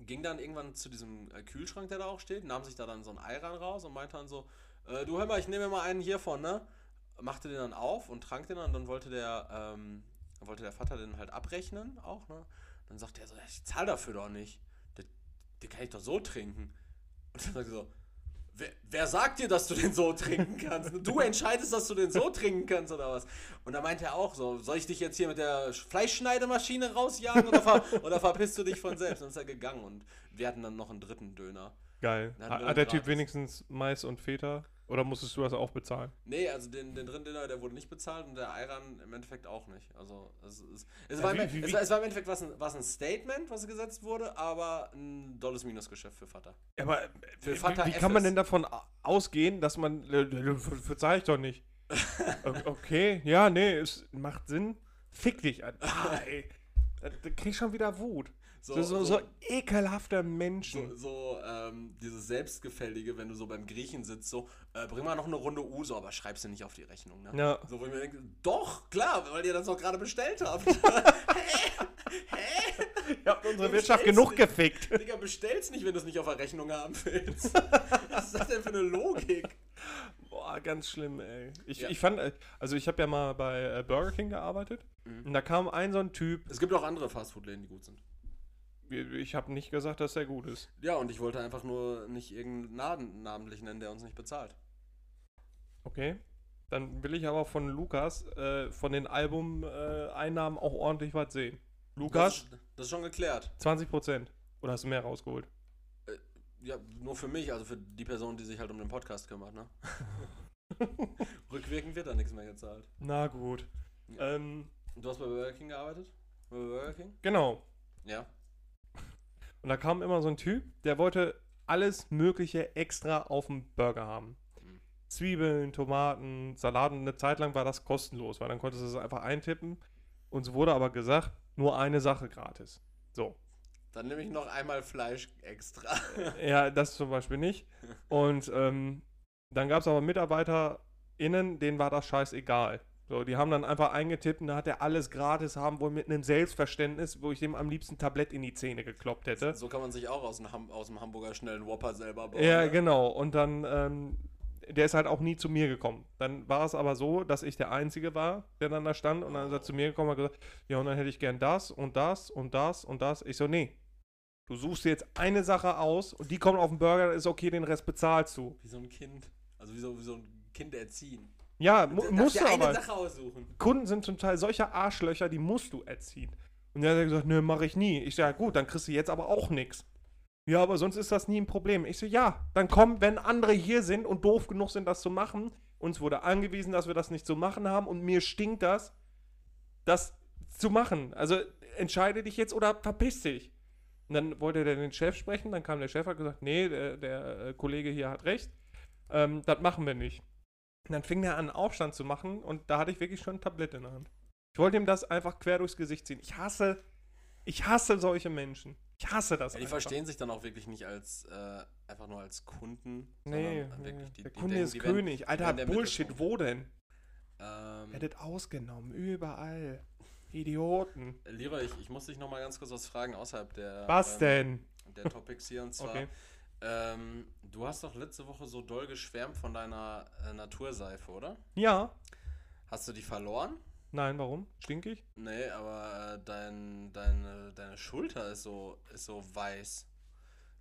ging dann irgendwann zu diesem äh, Kühlschrank, der da auch steht, nahm sich da dann so ein Ei ran raus und meinte dann so, äh, du hör mal, ich nehme mir mal einen hiervon, ne? Machte den dann auf und trank den dann, dann wollte der, ähm, dann wollte der Vater den halt abrechnen auch, ne? Dann sagte er so, ja, ich zahle dafür doch nicht. Den, den kann ich doch so trinken. Und dann sagte er so, wer, wer sagt dir, dass du den so trinken kannst? Du entscheidest, dass du den so trinken kannst oder was? Und da meinte er auch so, soll ich dich jetzt hier mit der Sch- Fleischschneidemaschine rausjagen oder, ver
(laughs)
oder verpisst du dich von selbst? Und dann ist er gegangen und wir hatten dann noch einen dritten Döner.
Geil.
Dann
Hat,
nur
hat der Typ
gratis.
wenigstens Mais und Väter? Oder musstest du das auch bezahlen?
Nee, also den, den dritten Döner, der wurde nicht bezahlt und der Ayran im Endeffekt auch nicht. Also es, es, es,
Ja,
war,
wie-
im,
wie-
es,
wie-
war, es war im Endeffekt was ein, was ein Statement, was gesetzt wurde, aber ein dolles Minusgeschäft für Vater.
Aber äh,
Für
wie,
Fanta
wie
F
kann man
ist-
denn davon a- ausgehen, dass man. äh, äh, ver- Verzeih ich
(laughs)
doch nicht. O- okay, ja, nee, es macht Sinn. Fick
(laughs)
dich an. Ah, ey. Da, da krieg ich schon wieder Wut. So,
So-
so, so,
so-
ekelhafter Menschen.
So, so ähm, dieses Selbstgefällige, wenn du so beim Griechen sitzt, so, äh, bring mal noch eine Runde Uso, aber schreib sie nicht auf die Rechnung, ne?
Ja.
So, wo ich mir denke, doch, klar, weil ihr das doch gerade bestellt habt.
(laughs) Ihr habt unsere
Du
Wirtschaft
stellst
genug
dich-
gefickt.
Digga, bestell's nicht, wenn du es nicht auf der Rechnung haben (laughs) willst. Was ist das denn für eine Logik?
Boah, ganz schlimm, ey. Ich,
Ja.
ich fand, äh, also ich habe ja mal bei äh, Burger King gearbeitet und da kam ein so ein Typ,
Es gibt auch andere Fastfood-Läden, die gut sind.
ich habe nicht gesagt, dass er gut ist.
Ja, und ich wollte einfach nur nicht irgendeinen Namen namentlich nennen, der uns nicht bezahlt.
Okay. Dann will ich aber von Lukas äh, von den Album-Einnahmen auch ordentlich was sehen. Lukas,
Das, ist- das ist schon geklärt.
20 Prozent. Oder hast du mehr rausgeholt?
Ja, nur für mich, also für die Person, die sich halt um den Podcast kümmert,
(laughs)
ne? Rückwirkend wird da nichts mehr gezahlt.
Na gut. Ähm,
Du hast bei Burger King gearbeitet? Bei Burger King?
genau.
Ja.
Und da kam immer so ein Typ, der wollte alles Mögliche extra auf dem Burger haben.
Mhm.
Zwiebeln, Tomaten, Salaten. Eine Zeit lang war das kostenlos, weil dann konntest du es einfach eintippen. Uns wurde aber gesagt, nur eine Sache gratis. So.
Dann nehme ich noch einmal Fleisch extra.
Ja, das zum Beispiel nicht. Und ähm, dann gab es aber MitarbeiterInnen, denen war das scheißegal. So, die haben dann einfach eingetippt und da hat er alles gratis haben wollen mit einem Selbstverständnis, wo ich dem am liebsten Tablett in die Zähne gekloppt hätte.
So kann man sich auch aus dem, Ham aus dem Hamburger schnellen Whopper selber bauen.
Ja,
ne?
genau. Und dann, ähm, der ist halt auch nie zu mir gekommen. Dann war es aber so, dass ich der Einzige war, der dann da stand und dann ist er zu mir gekommen und hat gesagt, ja, und dann hätte ich gern das und das und das und das. Ich so, nee. Du suchst dir jetzt eine Sache aus und die kommt auf den Burger, ist okay, den Rest bezahlst du.
Wie so ein Kind. Also wie so, wie so ein Kind erziehen.
Ja,
Du
mu
darfst
musst
dir
du
eine
aber.
Sache aussuchen.
Kunden sind zum Teil solche Arschlöcher, die musst du erziehen. Und dann hat er gesagt, nö, mache ich nie. Ich sage, gut, dann kriegst du jetzt aber auch nichts. Ja, aber sonst ist das nie ein Problem. Ich so, ja, dann komm, wenn andere hier sind und doof genug sind, das zu machen. Uns wurde angewiesen, dass wir das nicht zu machen haben und mir stinkt das, das zu machen. Also entscheide dich jetzt oder verpiss dich. Und dann wollte der den Chef sprechen, dann kam der Chef, hat gesagt, nee, der, der äh, Kollege hier hat recht, ähm, das machen wir nicht. Und dann fing er an, Aufstand zu machen und da hatte ich wirklich schon ein Tablett in der Hand. Ich wollte ihm das einfach quer durchs Gesicht ziehen. Ich hasse, ich hasse solche Menschen. Ich hasse das
Ja, die
einfach.
verstehen sich dann auch wirklich nicht als äh, einfach nur als Kunden.
Nee,
sondern
nee.
wirklich die-
der
die
Kunde
denken,
ist
die werden-
König.
werden
Alter,
der Mhm.
Bullshit,
Mittelpunkt.
wo denn?
Ähm,
Werdet ausgenommen, überall. Idioten.
Leroy, ich, ich muss dich nochmal ganz kurz was fragen außerhalb der,
Was
ähm,
denn?
der Topics
(laughs)
hier. Und zwar,
Okay.
ähm, du hast doch letzte Woche so doll geschwärmt von deiner äh, Naturseife, oder?
Ja.
Hast du die verloren?
Nein, warum? Stinkig?
Nee, aber äh, dein, deine, deine Schulter ist so, ist so weiß.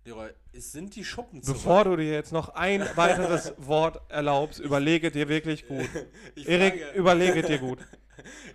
Leroy, es sind die Schuppen zurück.
Bevor du dir jetzt
(laughs)
noch ein weiteres Wort erlaubst, überlege dir wirklich gut.
(laughs) ich
Erik,
frage,
(laughs) überlege
(laughs)
dir gut.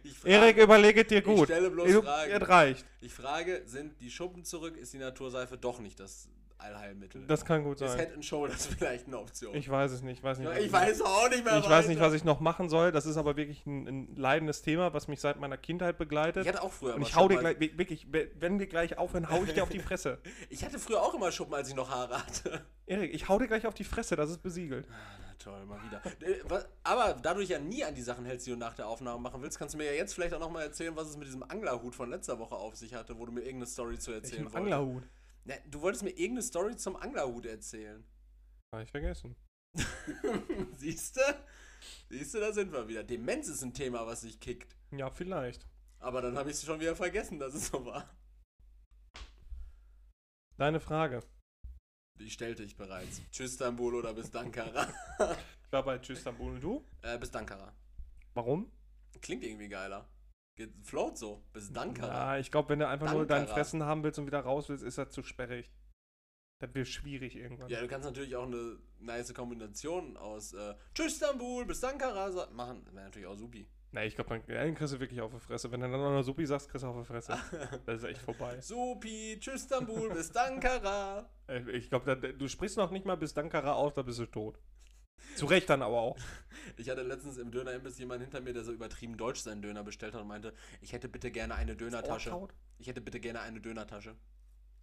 ich frage,
Erik, überlege dir gut.
stelle bloß
Du-
Fragen.
Es reicht.
ich frage, sind die Schuppen zurück? Ist die Naturseife doch nicht das Allheilmittel?
Das kann gut
ist Head
sein.
and Shoulders (laughs) vielleicht eine Option.
Ich weiß es nicht. Weiß nicht
Ja,
was
ich weiß auch nicht mehr.
ich weiß nicht,
weiter.
was ich noch machen soll. Das ist aber wirklich ein, ein leidendes Thema, was mich seit meiner Kindheit begleitet.
Ich hatte auch früher
Und
immer
ich hau dir
Schuppen,
gleich, wirklich, wenn wir gleich aufhören, hau ich dir auf die Fresse.
als- Ich hatte früher auch immer Schuppen, als ich noch Haare hatte.
Erik, ich hau dir gleich auf die Fresse, das ist besiegelt.
Na toll, mal wieder. Äh, wa- Aber da du dich ja nie an die Sachen hältst, die du nach der Aufnahme machen willst, kannst du mir ja jetzt vielleicht auch nochmal erzählen, was es mit diesem Anglerhut von letzter Woche auf sich hatte, wo du mir irgendeine Story zu
Ich
erzählen
im
wolltest.
Anglerhut.
Na, du wolltest mir irgendeine Story zum Anglerhut erzählen. (laughs)
Hab ich vergessen.
Siehst du? Siehst du, da sind wir wieder. Demenz ist ein Thema, was sich kickt.
Ja, vielleicht.
Aber dann habe ich es schon wieder vergessen, dass es so war.
Deine Frage.
Die stellte ich bereits. Tschüss, Istanbul oder bis Dankara. (laughs)
Ich war bei Tschüss Tambul und du?
äh, bis Dankara.
Warum?
Klingt irgendwie geiler. Geht, float so. Bis Dankara.
Na, ich glaube, wenn du einfach nur dein
Dankara.
Fressen haben willst und wieder raus willst, ist das zu sperrig. Das wird schwierig irgendwann.
Ja, du kannst natürlich auch eine nice Kombination aus äh, Tschüss, Istanbul, bis Dankara sa- machen. Wäre natürlich auch supi.
Na, ich glaube, dann dann kriegst du wirklich auf die Fresse. Wenn du dann auch noch Suppi sagst, kriegst du auf die Fresse. Das ist echt vorbei.
Supi, Tschüss, Istanbul, bis Dankara.
Äh, Ich glaube, du sprichst noch nicht mal bis Dankara aus, da bist du tot. Zu Recht dann aber auch.
Ich hatte letztens im Dönerimbiss jemanden hinter mir, der so übertrieben deutsch seinen Döner bestellt hat und meinte, ich hätte bitte gerne eine Dönertasche.
Ohrtaut?
Ich hätte bitte gerne eine Dönertasche.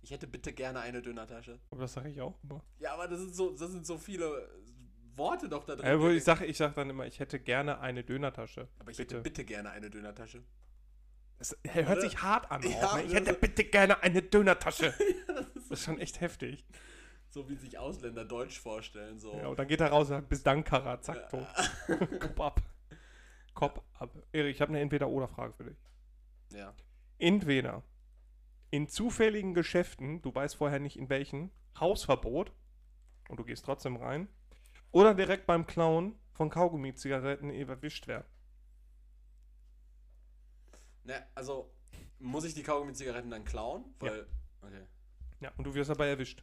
Ich hätte bitte gerne eine Dönertasche.
Aber das sage ich auch immer.
Ja, aber das sind so, das sind so viele äh, Worte doch da drin.
Ja, wo ich sage ich sag dann immer, ich hätte gerne eine Dönertasche.
aber ich
bitte.
hätte bitte gerne eine Dönertasche.
Es hört
Oder?
sich hart an.
Ja,
auch, ne? Ich
das-
hätte bitte gerne eine
(laughs)
Dönertasche.
Das
Das ist schon echt heftig.
So wie sich Ausländer Deutsch vorstellen. So.
Ja, und dann geht er raus und sagt, bis Dankara, zack, tot.
Oh. Ja. (laughs)
Kopf ab. Kopf ab. Erik, ich habe eine Entweder-Oder-Frage für dich.
ja.
Entweder in zufälligen Geschäften, du weißt vorher nicht in welchen, Hausverbot und du gehst trotzdem rein, oder direkt beim Klauen von Kaugummi-Zigaretten erwischt werden.
Na, also, muss ich die Kaugummi-Zigaretten dann klauen? Weil, okay.
Ja, und du wirst dabei erwischt.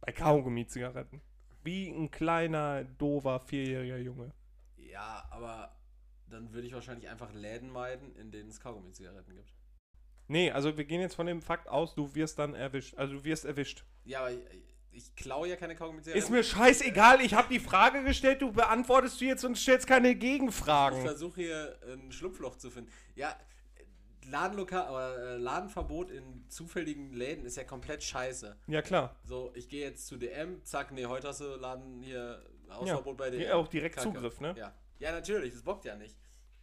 Bei Kaugummi-Zigaretten. Wie ein kleiner, dover, vierjähriger Junge.
Ja, aber dann würde ich wahrscheinlich einfach Läden meiden, in denen es Kaugummi-Zigaretten gibt.
Nee, also wir gehen jetzt von dem Fakt aus, du wirst dann erwischt. Also du wirst erwischt.
Ja, aber ich, ich klaue ja keine Kaugummi-Zigaretten.
Ist mir scheißegal, ich habe die Frage gestellt, du beantwortest sie jetzt und stellst keine
Ich
Gegenfragen.
versuche hier ein Schlupfloch zu finden. Ja, Ladenlokal, aber äh, Ladenverbot in zufälligen Läden ist ja komplett scheiße.
Ja, klar.
So, ich gehe jetzt zu DM, zack, nee, heute hast du Laden hier
Ja,
Hausverbot bei DM.
ja, auch direkt
Kacke.
Zugriff, ne?
Ja. ja, natürlich, das bockt ja nicht.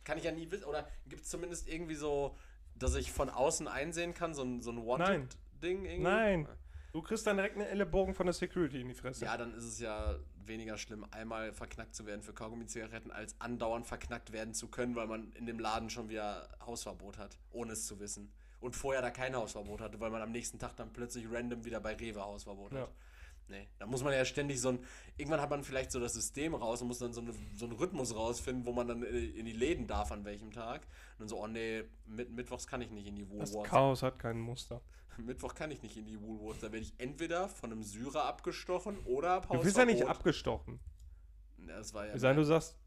Kann ich ja nie wissen. Oder gibt es zumindest irgendwie so, dass ich von außen einsehen kann, so ein, so ein Wanted-Ding irgendwie? Ah.
Nein. Du kriegst dann direkt einen Ellenbogen von der Security in die Fresse.
Ja, dann ist es ja weniger schlimm, einmal verknackt zu werden für Kaugummi-Zigaretten, als andauernd verknackt werden zu können, weil man in dem Laden schon wieder Hausverbot hat, ohne es zu wissen. Und vorher da kein Hausverbot hatte, weil man am nächsten Tag dann plötzlich random wieder bei Rewe Hausverbot
Ja.
hat. Nee, da muss man ja ständig so ein. Irgendwann hat man vielleicht so das System raus und muss dann so, eine, so einen Rhythmus rausfinden, wo man dann äh, in in die Läden darf, an welchem Tag. Und dann so, oh nee, mit, Mittwochs kann ich nicht in die
das
Woolworths.
Chaos hat kein Muster.
Mittwoch kann ich nicht in die Woolworths. Da werde ich entweder von einem Syrer abgestochen oder ab
Du bist ja nicht
Hausverbot.
abgestochen.
Na, Das war ja
Es sei denn,
mehr,
du sagst,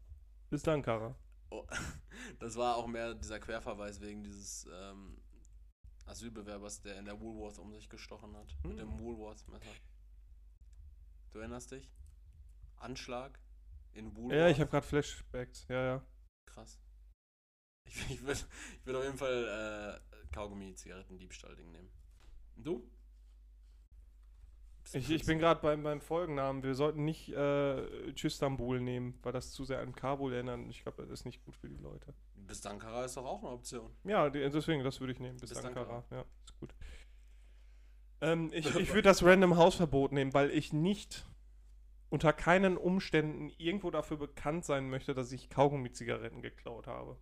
bis dann, Kara.
oh, das war auch mehr dieser Querverweis wegen dieses ähm, Asylbewerbers, der in der Woolworth um sich gestochen hat.
Hm.
Mit dem Woolworth-Messer. Du erinnerst dich? Anschlag in Woolworth.
Ja, ich habe gerade Flashbacks. Ja, ja.
Krass. Ich, ich würde ich würd auf jeden Fall äh, Kaugummi-Zigaretten-Diebstahl-Ding nehmen. Und du?
Ich, ich bin gerade beim, beim Folgennamen. Wir sollten nicht äh, Tschüstambul nehmen, weil das zu sehr an Kabul erinnert. und Ich glaube, das ist nicht gut für die Leute.
Bis Dankara ist doch auch eine Option.
Ja, die, deswegen, das würde ich nehmen. Bis,
Bis
Ankara. Ja, ist gut. Ähm, ich ich würde das Random Hausverbot nehmen, weil ich nicht unter keinen Umständen irgendwo dafür bekannt sein möchte, dass ich Kaugummi-Zigaretten geklaut habe.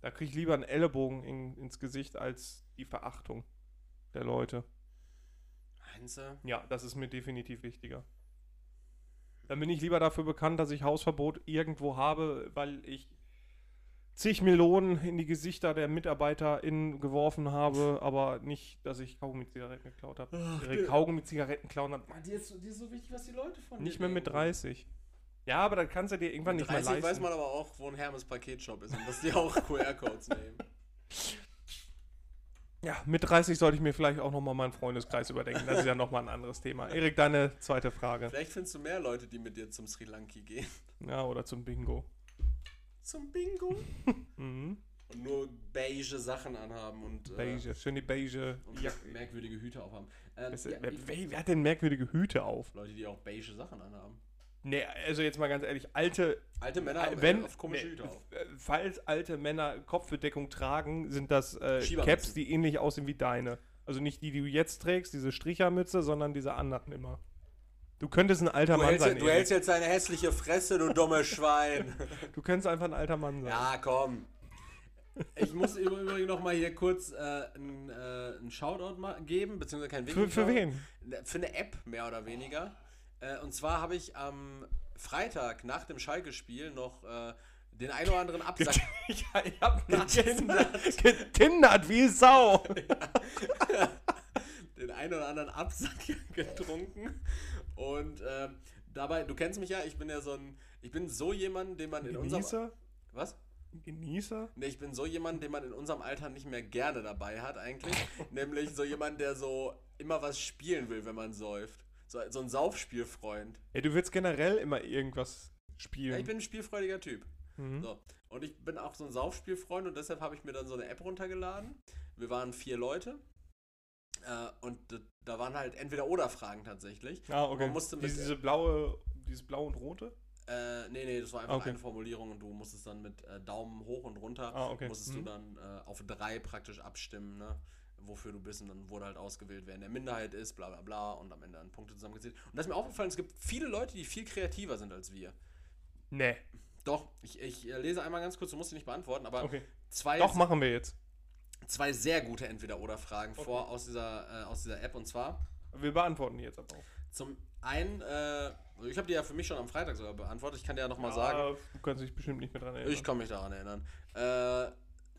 Da kriege ich lieber einen Ellenbogen in, ins Gesicht als die Verachtung der Leute.
Heinze?
Ja, das ist mir definitiv wichtiger. Dann bin ich lieber dafür bekannt, dass ich Hausverbot irgendwo habe, weil ich zig Melonen in die Gesichter der MitarbeiterInnen geworfen habe, aber nicht, dass ich Kaugummi-Zigaretten geklaut habe.
Ach,
Ihre Kaugummi-Zigaretten klauen hat
Mann, dir ist, so- dir ist so wichtig, was die Leute von dir
nicht mehr mit
denken.
30. Ja, aber dann kannst du dir irgendwann nicht mehr
30
leisten.
weiß man aber auch, wo ein Hermes-Paketshop ist und dass die auch (laughs) QR-Codes nehmen.
Ja, mit 30 sollte ich mir vielleicht auch nochmal meinen Freundeskreis überdenken. Das ist ja nochmal ein anderes Thema. Erik, deine zweite Frage.
Vielleicht findest du mehr Leute, die mit dir zum Sri Lanki gehen. (laughs)
Ja, oder zum Bingo.
Zum Bingo.
Mhm.
Und nur beige Sachen anhaben und, äh,
Beige, schön die beige.
und
Ja,
merkwürdige Hüte aufhaben. Ähm,
das,
ja,
wer,
ich-
wer, wer hat denn merkwürdige Hüte auf?
Leute, die auch beige Sachen anhaben.
Nee, also jetzt mal ganz ehrlich, alte,
Alte Männer
Äh,
haben äh,
wenn-
oft komische
nee,
Hüte
(laughs)
auf.
äh, falls alte Männer Kopfbedeckung tragen, sind das äh,
Schiebermützen.
Caps, die ähnlich aussehen wie deine. Also nicht die, die du jetzt trägst, diese Strichermütze, sondern diese anderen immer. Du könntest ein alter
Du
Mann
hältst,
sein.
jetzt, du hältst
Erik.
jetzt deine hässliche Fresse, du (laughs) dummes Schwein.
du könntest einfach ein alter Mann sein.
Ja, komm. Ich muss im Übrigen noch mal hier kurz äh, einen äh, einen Shoutout ma- geben, beziehungsweise kein
Für, für
Winken-Shoutout. (laughs)
wen?
Ne, Für eine App, mehr oder weniger. Äh, und zwar habe ich am Freitag nach dem Schalke-Spiel noch äh, den einen oder anderen
(laughs)
Absack.
ich ich
(laughs)
hab
Getindert.
getindert wie Sau.
den einen oder anderen Absack (laughs) getrunken. Und ähm, dabei, du kennst mich ja, ich bin ja so ein, ich bin so jemand, den man in unserem.
Genießer?
Was?
Genießer?
Nee, ich bin so jemand, den man in unserem Alter nicht mehr gerne dabei hat
(laughs)
eigentlich. Nämlich so jemand, der so immer was spielen will, wenn man säuft. So, so ein Saufspielfreund.
Ja, du willst generell immer irgendwas
Ja, ich
spielen.
bin ein spielfreudiger Typ.
mhm.
So. Und ich bin auch so ein Saufspielfreund und deshalb habe ich mir dann so eine App runtergeladen. Wir waren vier Leute. Äh, und d- da waren halt entweder oder Fragen tatsächlich.
Ah, okay.
Man musste mit-
diese, diese blaue, dieses blau und rote?
Äh, nee, nee, das war einfach
Okay.
eine Formulierung und du musstest dann mit äh, Daumen hoch und runter,
Ah, okay.
musstest
Mhm.
du dann äh, auf drei praktisch abstimmen, ne? wofür du bist und dann wurde halt ausgewählt, wer in der Minderheit ist, bla bla bla und am Ende dann Punkte zusammengezählt. Und das ist mir aufgefallen, es gibt viele Leute, die viel kreativer sind als wir.
Nee.
Doch, ich, ich äh, lese einmal ganz kurz, du musst sie nicht beantworten, aber
Okay.
zwei,
Doch, machen wir Ah, jetzt.
zwei sehr gute Entweder-Oder-Fragen vor aus dieser, äh, aus dieser App und zwar
Wir beantworten die jetzt aber auch.
zum einen, äh, ich habe die ja für mich schon am Freitag sogar beantwortet, ich kann dir ja nochmal mal sagen,
Du kannst dich bestimmt nicht mehr dran erinnern.
Ich kann mich daran erinnern. Äh,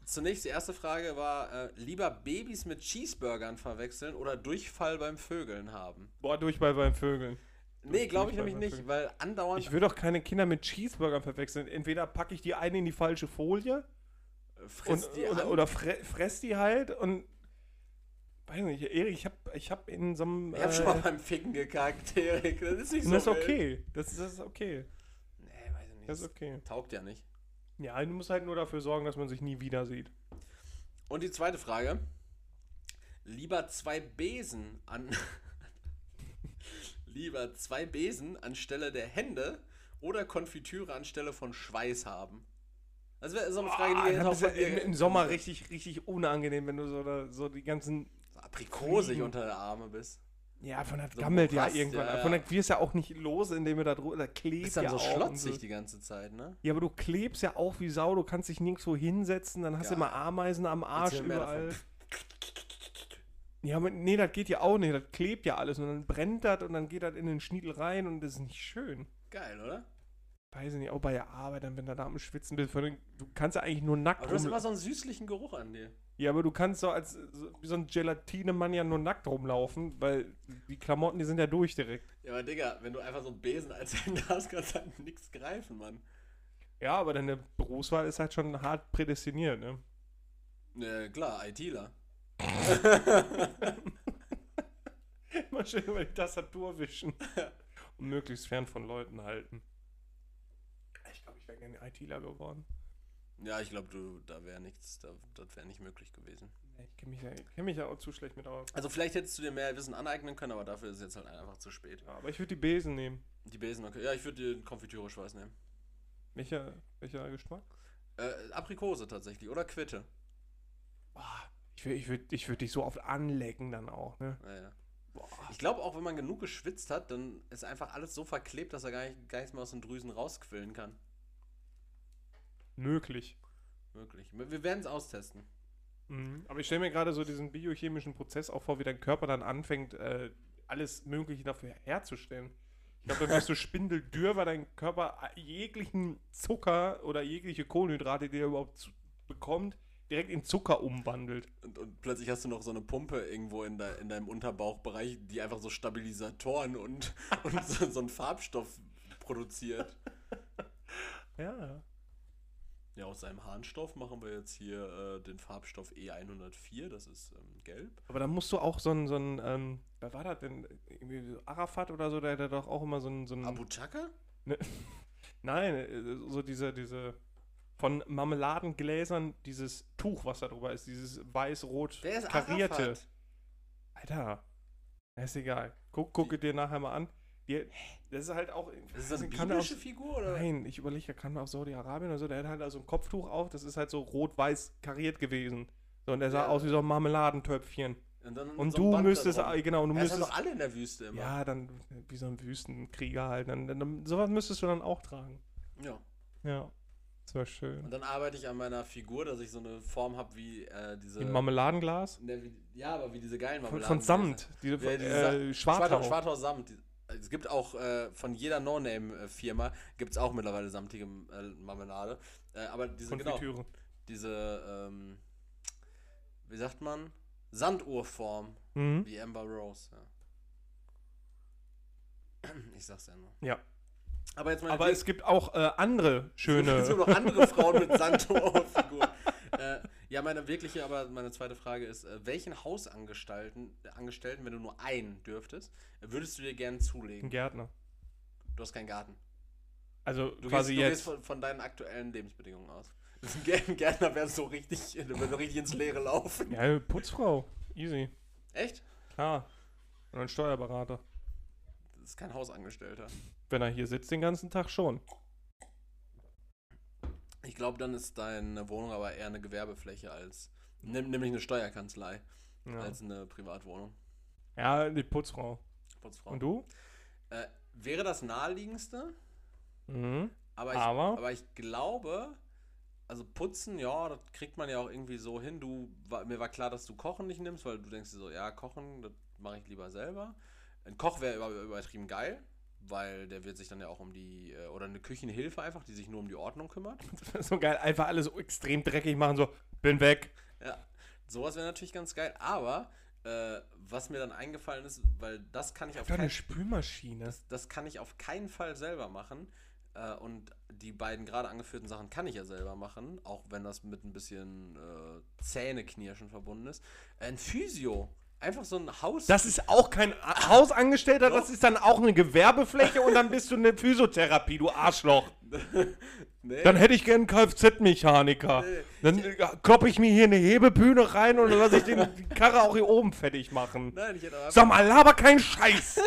zunächst die erste Frage war, äh, lieber Babys mit Cheeseburgern verwechseln oder Durchfall beim Vögeln haben?
Boah, durch bei beim Vögeln.
Nee, glaube ich
Durchfall
nämlich
beim
nicht,
Vögeln.
weil andauernd...
Ich will doch keine Kinder mit Cheeseburgern verwechseln. Entweder packe ich die eine in die falsche Folie
äh,
und,
frisst die
oder,
an.
oder fre fress die halt und. Weiß nicht, Erik, ich hab, ich hab in so einem.
ich habe schon mal
äh,
beim Ficken gekackt, Erik. Das ist nicht so
das ist
wild.
okay. Das, das ist okay.
Nee, weiß ich nicht.
Das ist
Das
okay.
taugt ja nicht.
Ja, du musst halt nur dafür sorgen, dass man sich nie wieder sieht.
Und die zweite Frage. Lieber zwei Besen an... (laughs) lieber zwei Besen anstelle der Hände oder Konfitüre anstelle von Schweiß haben? Das wäre so eine Frage,
Ah,
die jetzt
dann
auch
bist
von
du
dir-
im, im Sommer richtig, richtig unangenehm, wenn du so, da, so die ganzen.
So aprikosig
Fliegen.
unter der Arme bist.
Ja, von der
So
gammelt ja
Morast,
irgendwann.
ja, ja.
Von der wirst ja auch nicht los, indem du da drüber. Da klebt
Bist dann
ja
so
auch und
schlotzig die ganze Zeit, ne?
Ja, aber du klebst ja auch wie Sau, du kannst dich nirgendwo hinsetzen, dann hast
Ja.
du immer Ameisen am Arsch
Erzähl mir mehr
überall.
davon.
Ja, aber nee, das geht ja auch nicht, das klebt ja alles und dann brennt das und dann geht das in den Schniedel rein und das ist nicht schön.
Geil, oder?
Weiß ich nicht, auch bei der Arbeit, dann, wenn du da am Schwitzen bist, von den- du kannst ja eigentlich nur nackt
Aber du hast
rumlaufen.
immer so einen süßlichen Geruch an dir.
Ja, aber du kannst so als so, wie so ein Gelatinemann ja nur nackt rumlaufen, weil die Klamotten, die sind ja durch direkt.
Ja, aber Digga, wenn du einfach so einen Besen als Hände hast, kannst du halt nichts greifen, Mann.
Ja, aber deine Berufswahl ist halt schon hart prädestiniert, ne? (laughs)
Ne, klar, ITler. (laughs)
Immer schön über die Tastatur (laughs) wischen. Und möglichst fern von Leuten halten. Ich glaube, ich wäre gerne ITler geworden.
Ja, ich glaube, du, da wäre nichts, da, das wäre nicht möglich gewesen.
Ich kenne mich, ja, ich kenn mich ja auch zu schlecht mit aus.
Also vielleicht hättest du dir mehr Wissen aneignen können, aber dafür ist es jetzt halt einfach zu spät.
Ja, aber ich würde die Besen nehmen.
Die Besen, okay. Ja, ich würde dir Konfitüre-Schweiß nehmen.
Welcher, welcher Geschmack?
Äh, Aprikose tatsächlich, oder Quitte.
Boah, ich würde ich würd, ich würd dich so oft anlecken dann auch, ne?
Naja.
Boah.
Ich glaube auch, wenn man genug geschwitzt hat, dann ist einfach alles so verklebt, dass er gar, nicht, gar nichts mehr aus den Drüsen rausquillen kann.
Möglich.
Möglich. Wir werden es austesten.
Mhm. Aber ich stelle mir gerade so diesen biochemischen Prozess auch vor, wie dein Körper dann anfängt, äh, alles Mögliche dafür herzustellen. Ich glaube, dann wirst du spindeldürr, weil dein Körper äh, jeglichen Zucker oder jegliche Kohlenhydrate, die er überhaupt zu- bekommt, direkt in Zucker umwandelt.
Und, und plötzlich hast du noch so eine Pumpe irgendwo in, de, in deinem Unterbauchbereich, die einfach so Stabilisatoren und, (laughs) und so, so einen Farbstoff produziert.
Ja.
Ja, aus einem Harnstoff machen wir jetzt hier äh, den Farbstoff E104, das ist ähm, gelb.
Aber dann musst du auch so ein, so ein ähm, wer war das denn? Irgendwie so Arafat oder so, der hat doch auch immer so ein. So ein
Abu Chaka?
Nein, äh, so diese, diese von Marmeladengläsern, dieses Tuch, was da drüber ist, dieses weiß-rot
Wer ist
karierte.
Arafat?
Alter, na, ist egal. Guck, gucke dir nachher mal an. Die, das ist halt auch.
Das ist das eine
kann der aus-
biblische Figur? Oder?
Nein, ich überlege, der kam aus Saudi-Arabien oder so, der hat halt also ein Kopftuch auf, das ist halt so rot-weiß kariert gewesen. So, und der sah
Ja.
aus wie so ein Marmeladentöpfchen.
Und, dann
Und
so ein
du
Band da
müsstest,
drum. halt
ah, genau, und du
Ja, das haben
müsstest.
doch alle in der Wüste immer.
Ja, dann äh, wie so ein Wüstenkrieger halt. Dann, dann, dann, sowas müsstest du dann auch tragen.
ja.
Ja. Das wäre
Und
schön.
dann arbeite ich an meiner Figur, dass ich so eine Form habe wie äh, diese.
In Marmeladenglas?
Ne, wie, ja, aber wie diese geilen
Von,
Marmeladen.
von Samt. Diese,
Ja,
von,
diese Sa-
äh,
Schwartau.
Schwartau.
Schwartau Samt. Die- Es gibt auch äh, von jeder No-Name-Firma gibt es auch mittlerweile samtige äh, Marmelade. Äh, aber diese, genau,
Konfitüre.
diese, ähm, wie sagt man? Sanduhrform,
Mhm.
wie Amber Rose, ja. (clears throat) Ich sag's ja nur.
Ja.
Aber jetzt mal
Aber es gibt auch äh, andere
(laughs) es gibt
schöne.
noch andere Frauen mit Sanduhrfiguren. (laughs) äh, ja, meine wirkliche, aber meine zweite Frage ist, äh, welchen Hausangestellten, Angestellten, wenn du nur einen dürftest, äh, würdest du dir gerne zulegen?
Ein Gärtner.
Du hast keinen Garten.
Also
Du
quasi
gehst, du gehst
jetzt.
von, von deinen aktuellen Lebensbedingungen aus. (laughs) Ein Gär- Gärtner wäre so richtig, der würde richtig ins Leere laufen.
Ja, Putzfrau. Easy.
Echt?
Klar. Und ein Steuerberater.
Das ist kein Hausangestellter.
Wenn er hier sitzt den ganzen Tag schon.
Ich glaube, dann ist deine Wohnung aber eher eine Gewerbefläche als, nimm- nämlich eine Steuerkanzlei,
Ja,
als eine Privatwohnung.
ja die Putzfrau.
Putzfrau.
Und du?
Äh, wäre das naheliegendste?
Mhm.
Aber ich,
Aber?
aber? ich glaube, also putzen, ja, das kriegt man ja auch irgendwie so hin. Du, wa- mir war klar, dass du Kochen nicht nimmst, weil du denkst dir so, ja, Kochen, das mache ich lieber selber. Ein Koch wäre über, übertrieben geil, weil der wird sich dann ja auch um die, äh, oder eine Küchenhilfe einfach, die sich nur um die Ordnung kümmert.
(laughs) so geil. Einfach alles so extrem dreckig machen. So, bin weg.
Ja, sowas wäre natürlich ganz geil, aber äh, was mir dann eingefallen ist, weil das kann ich auf
Doch eine
keinen
Spülmaschine.
das, das kann ich auf keinen Fall selber machen. Äh, und die beiden gerade angeführten Sachen kann ich ja selber machen, auch wenn das mit ein bisschen äh, Zähneknirschen verbunden ist. Ein Physio. Einfach so ein Haus.
Das ist auch kein A- Hausangestellter, das ist dann auch eine Gewerbefläche und dann bist du eine Physiotherapie, du Arschloch.
nee,
Dann hätte ich gern einen Kfz-Mechaniker. Dann äh, kloppe ich mir hier eine Hebebühne rein und dann lasse ich den, die Karre auch hier oben fertig machen.
nein, ich hätte, aber einfach,
Sag mal, laber keinen Scheiß.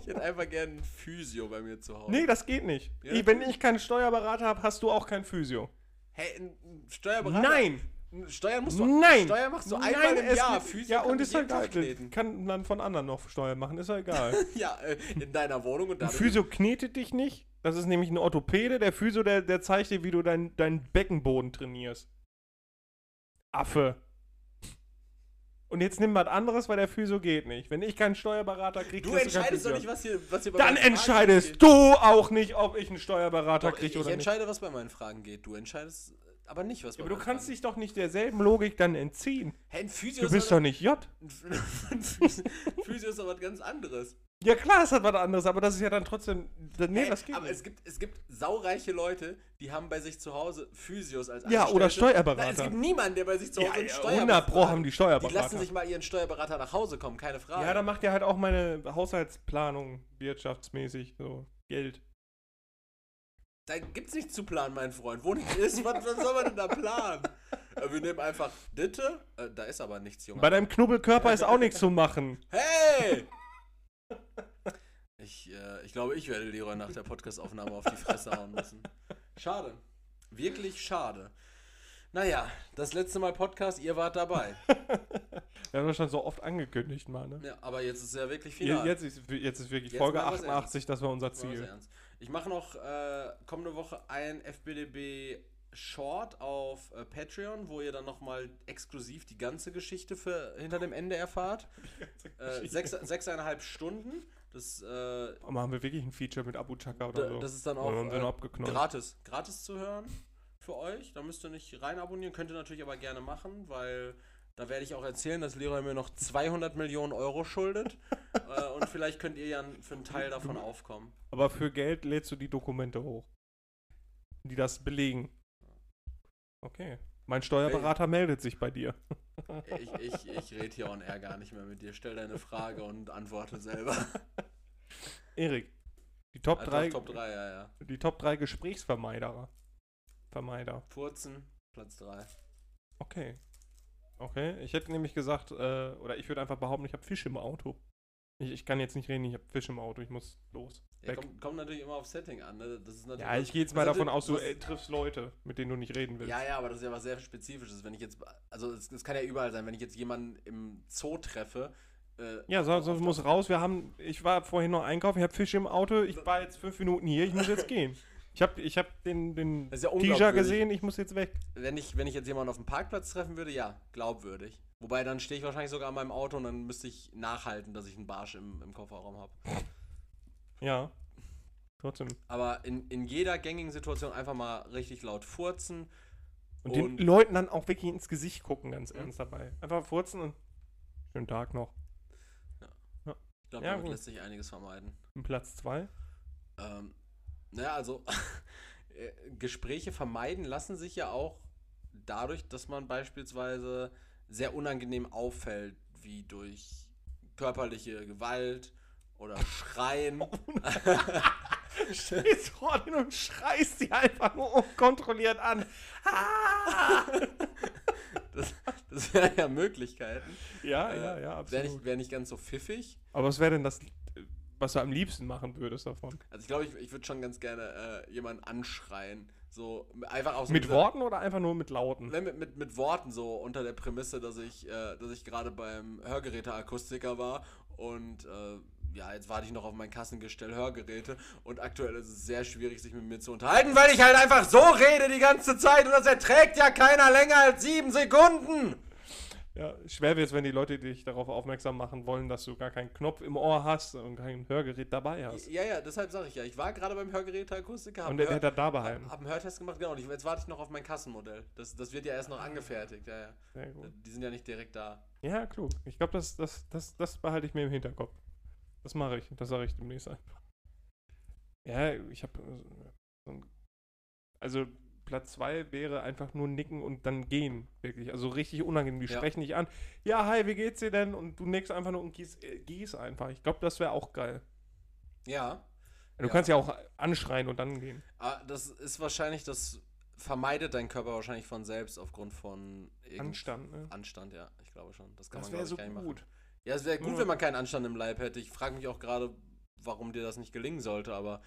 ich hätte einfach gerne einen Physio bei mir zu Hause.
Nee, das geht nicht.
Ja,
Ich, wenn ich keinen Steuerberater habe, hast du auch keinen Physio.
Hey, ein- ein Steuerberater.
Nein!
Ein Steuern musst du.
Nein!
Steuer machst du
Nein,
einmal im
es halt
Jahr.
geht-
Physio
Ja,
kann
und
ich
ist ja
jeden Tag
egal.
kneten.
Kann dann von anderen noch Steuer machen, ist ja egal.
Ja, äh, in deiner Wohnung und
Ein
dadurch
Physio knetet dich nicht. Das ist nämlich ein Orthopäde. Der Physio, der, der zeigt dir, wie du deinen deinen Beckenboden trainierst. Affe. Und jetzt nimm was anderes, weil der Physio geht nicht. Wenn ich keinen Steuerberater kriege,
Du entscheidest doch nicht, was hier, was hier bei
Dann
meinen Fragen
entscheidest
geht.
du auch nicht, ob ich einen Steuerberater
Doch, ich,
kriege
ich
oder nicht.
entscheide, was bei meinen Fragen geht. Du entscheidest aber nicht, was bei
Aber du
meinen
kannst
Fragen
dich doch nicht derselben Logik dann entziehen.
Hä, ein Physio
Du
ist
bist
doch.
doch nicht J.
Ein (laughs) Physio Physio ist doch was ganz anderes.
Ja klar, es hat was anderes, aber das ist ja dann trotzdem. Nee,
Hä,
das geht
aber
nicht.
es gibt, es gibt saureiche Leute, die haben bei sich zu Hause Physios als
Ja, oder
Angestellte.
Steuerberater.
Nein, es gibt niemanden, der bei sich zu Hause
Ja,
einen
ja,
Steuerberater
100 Pro haben
Die
die
lassen
Steuerberater.
sich mal ihren Steuerberater nach Hause kommen, keine Frage.
Ja, dann macht ihr halt auch meine Haushaltsplanung wirtschaftsmäßig, so Geld.
Da gibt's nichts zu planen, mein Freund. Wo nichts ist, was, was soll man denn da
(laughs)
planen? Äh, Wir nehmen einfach Ditte. Äh, da ist aber nichts, Junge.
Bei deinem Knubbelkörper ist auch nichts zu machen. (laughs)
Hey! Ich, äh, ich glaube, ich werde Leroy nach der Podcastaufnahme auf die Fresse hauen müssen. Schade. Wirklich schade. Naja, das letzte Mal Podcast, ihr wart dabei.
Wir haben das schon so oft angekündigt mal, ne?
Ja, aber jetzt ist ja wirklich
Je-
final.
Jetzt ist, jetzt ist wirklich
Jetzt
Folge
mal was
88, das war unser
Jetzt mal was
Ziel.
ernst. Ich mache noch äh, kommende Woche ein FBDB Short auf äh, Patreon, wo ihr dann nochmal exklusiv die ganze Geschichte für, hinter dem Ende erfahrt. Äh, sechs, sechseinhalb Stunden. Das, äh,
Machen wir wirklich ein Feature mit Abu Chaka oder
da-
so?
das ist dann
Wollen wir
auch
uns den
äh,
abgeknallt?
gratis. Gratis zu hören für euch. Da müsst ihr nicht rein abonnieren. Könnt ihr natürlich aber gerne machen, weil da werde ich auch erzählen, dass Leroy mir noch 200 Millionen Euro
(laughs)
schuldet. äh, und vielleicht könnt ihr ja für einen Teil davon aufkommen.
Aber für Geld lädst du die Dokumente hoch, die das belegen. Okay. Mein Steuerberater meldet sich bei dir.
Ich, ich, ich rede hier on air gar nicht mehr mit dir. Stell deine Frage und antworte selber.
Erik, die (laughs) Top,
Ah, doch,
3,
Top 3, ja, ja.
Die Top 3 Gesprächsvermeiderer. Vermeider.
Furzen, Platz 3.
Okay. Okay, ich hätte nämlich gesagt, äh, oder ich würde einfach behaupten, ich habe Fisch im Auto. Ich, ich kann jetzt nicht reden, ich habe Fisch im Auto, ich muss los.
Ja,
Weg.
kommt, kommt natürlich immer auf Setting an. Ne? Das ist natürlich
Ja, ich gehe jetzt mal
das ist
davon aus, du
was-
äh, triffst Leute, mit denen du nicht reden willst.
Ja, ja, aber das ist ja was sehr Spezifisches. Wenn ich jetzt, also es, es kann ja überall sein, wenn ich jetzt jemanden im Zoo treffe, äh,
Ja, so, so muss raus. Wir haben, ich war vorhin noch einkaufen, ich habe Fisch im Auto, ich war jetzt fünf Minuten hier, ich muss jetzt gehen. Ich habe ich hab den, den
Das ist ja
T-Shirt
unglaubwürdig.
gesehen, ich muss jetzt weg.
wenn ich, wenn ich jetzt jemanden auf dem Parkplatz treffen würde, ja, glaubwürdig. Wobei dann stehe ich wahrscheinlich sogar an meinem Auto und dann müsste ich nachhalten, dass ich einen Barsch im, im Kofferraum habe.
Ja. Trotzdem.
Aber in, in jeder gängigen Situation einfach mal richtig laut furzen.
Und, den
Und-
Leuten dann auch wirklich ins Gesicht gucken, ganz ernst dabei. Einfach furzen und schönen Tag noch.
Ich glaube,
Ja,
damit
gut.
lässt sich einiges vermeiden.
Und Platz zwei
Ähm, naja, also (laughs) äh, Gespräche vermeiden lassen sich ja auch dadurch, dass man beispielsweise sehr unangenehm auffällt, wie durch körperliche Gewalt oder
(laughs)
Schreien. (laughs)
Gehst vor denen und schreist sie einfach nur unkontrolliert an. Ah!
Das, das wären ja Möglichkeiten.
Ja,
Äh,
ja, ja,
Wäre
absolut.
nicht, wär nicht ganz so pfiffig.
Aber was wäre denn das, äh, was du am liebsten machen würdest davon?
Also ich glaube, ich, ich würde schon ganz gerne äh, jemanden anschreien. So einfach auch so
Mit
dieser-
Worten oder einfach nur mit Lauten?
Ne, mit, mit, mit Worten so unter der Prämisse, dass ich, äh, dass ich gerade beim Hörgeräteakustiker war und äh, ja, jetzt warte ich noch auf mein Kassengestell Hörgeräte und aktuell ist es sehr schwierig, sich mit mir zu unterhalten, weil ich halt einfach so rede die ganze Zeit und das erträgt ja keiner länger als sieben Sekunden.
Ja, schwer wird es, wenn die Leute dich darauf aufmerksam machen wollen, dass du gar keinen Knopf im Ohr hast und kein Hörgerät dabei hast.
Ja, ja, deshalb sage ich ja, ich war gerade beim Hörgeräteakustiker, hab
Und der
einen
wird
Hör-
er da behalten.
hab einen Hörtest gemacht, genau, und ich, jetzt warte ich noch auf mein Kassenmodell. Das, das wird ja erst
Ah.
noch angefertigt, ja, ja.
Sehr gut.
Die sind ja nicht direkt da.
Ja, klug. Ich glaube, das, das, das, das behalte ich mir im Hinterkopf. Das mache ich. Das sage ich demnächst einfach. Ja, ich habe. So ein- also, Platz 2 wäre einfach nur nicken und dann gehen. Wirklich. Also, richtig unangenehm. Die
Ja.
sprechen dich an. Ja, hi, wie geht's dir denn? Und du nickst einfach nur und gehst, äh, gehst einfach. Ich glaube, das wäre auch geil.
Ja,
Du
Ja.
kannst ja auch anschreien und dann gehen.
Ah, das ist wahrscheinlich, das vermeidet dein Körper wahrscheinlich von selbst aufgrund von irgend-
Anstand, ne?
Anstand, ja, ich glaube schon. Das kann
Das
man
wäre
glaube
so
ich, gar nicht
gut.
machen. Ja, es wäre gut,
Ja.
wenn man keinen Anstand im Leib hätte. Ich frage mich auch gerade, warum dir das nicht gelingen sollte, aber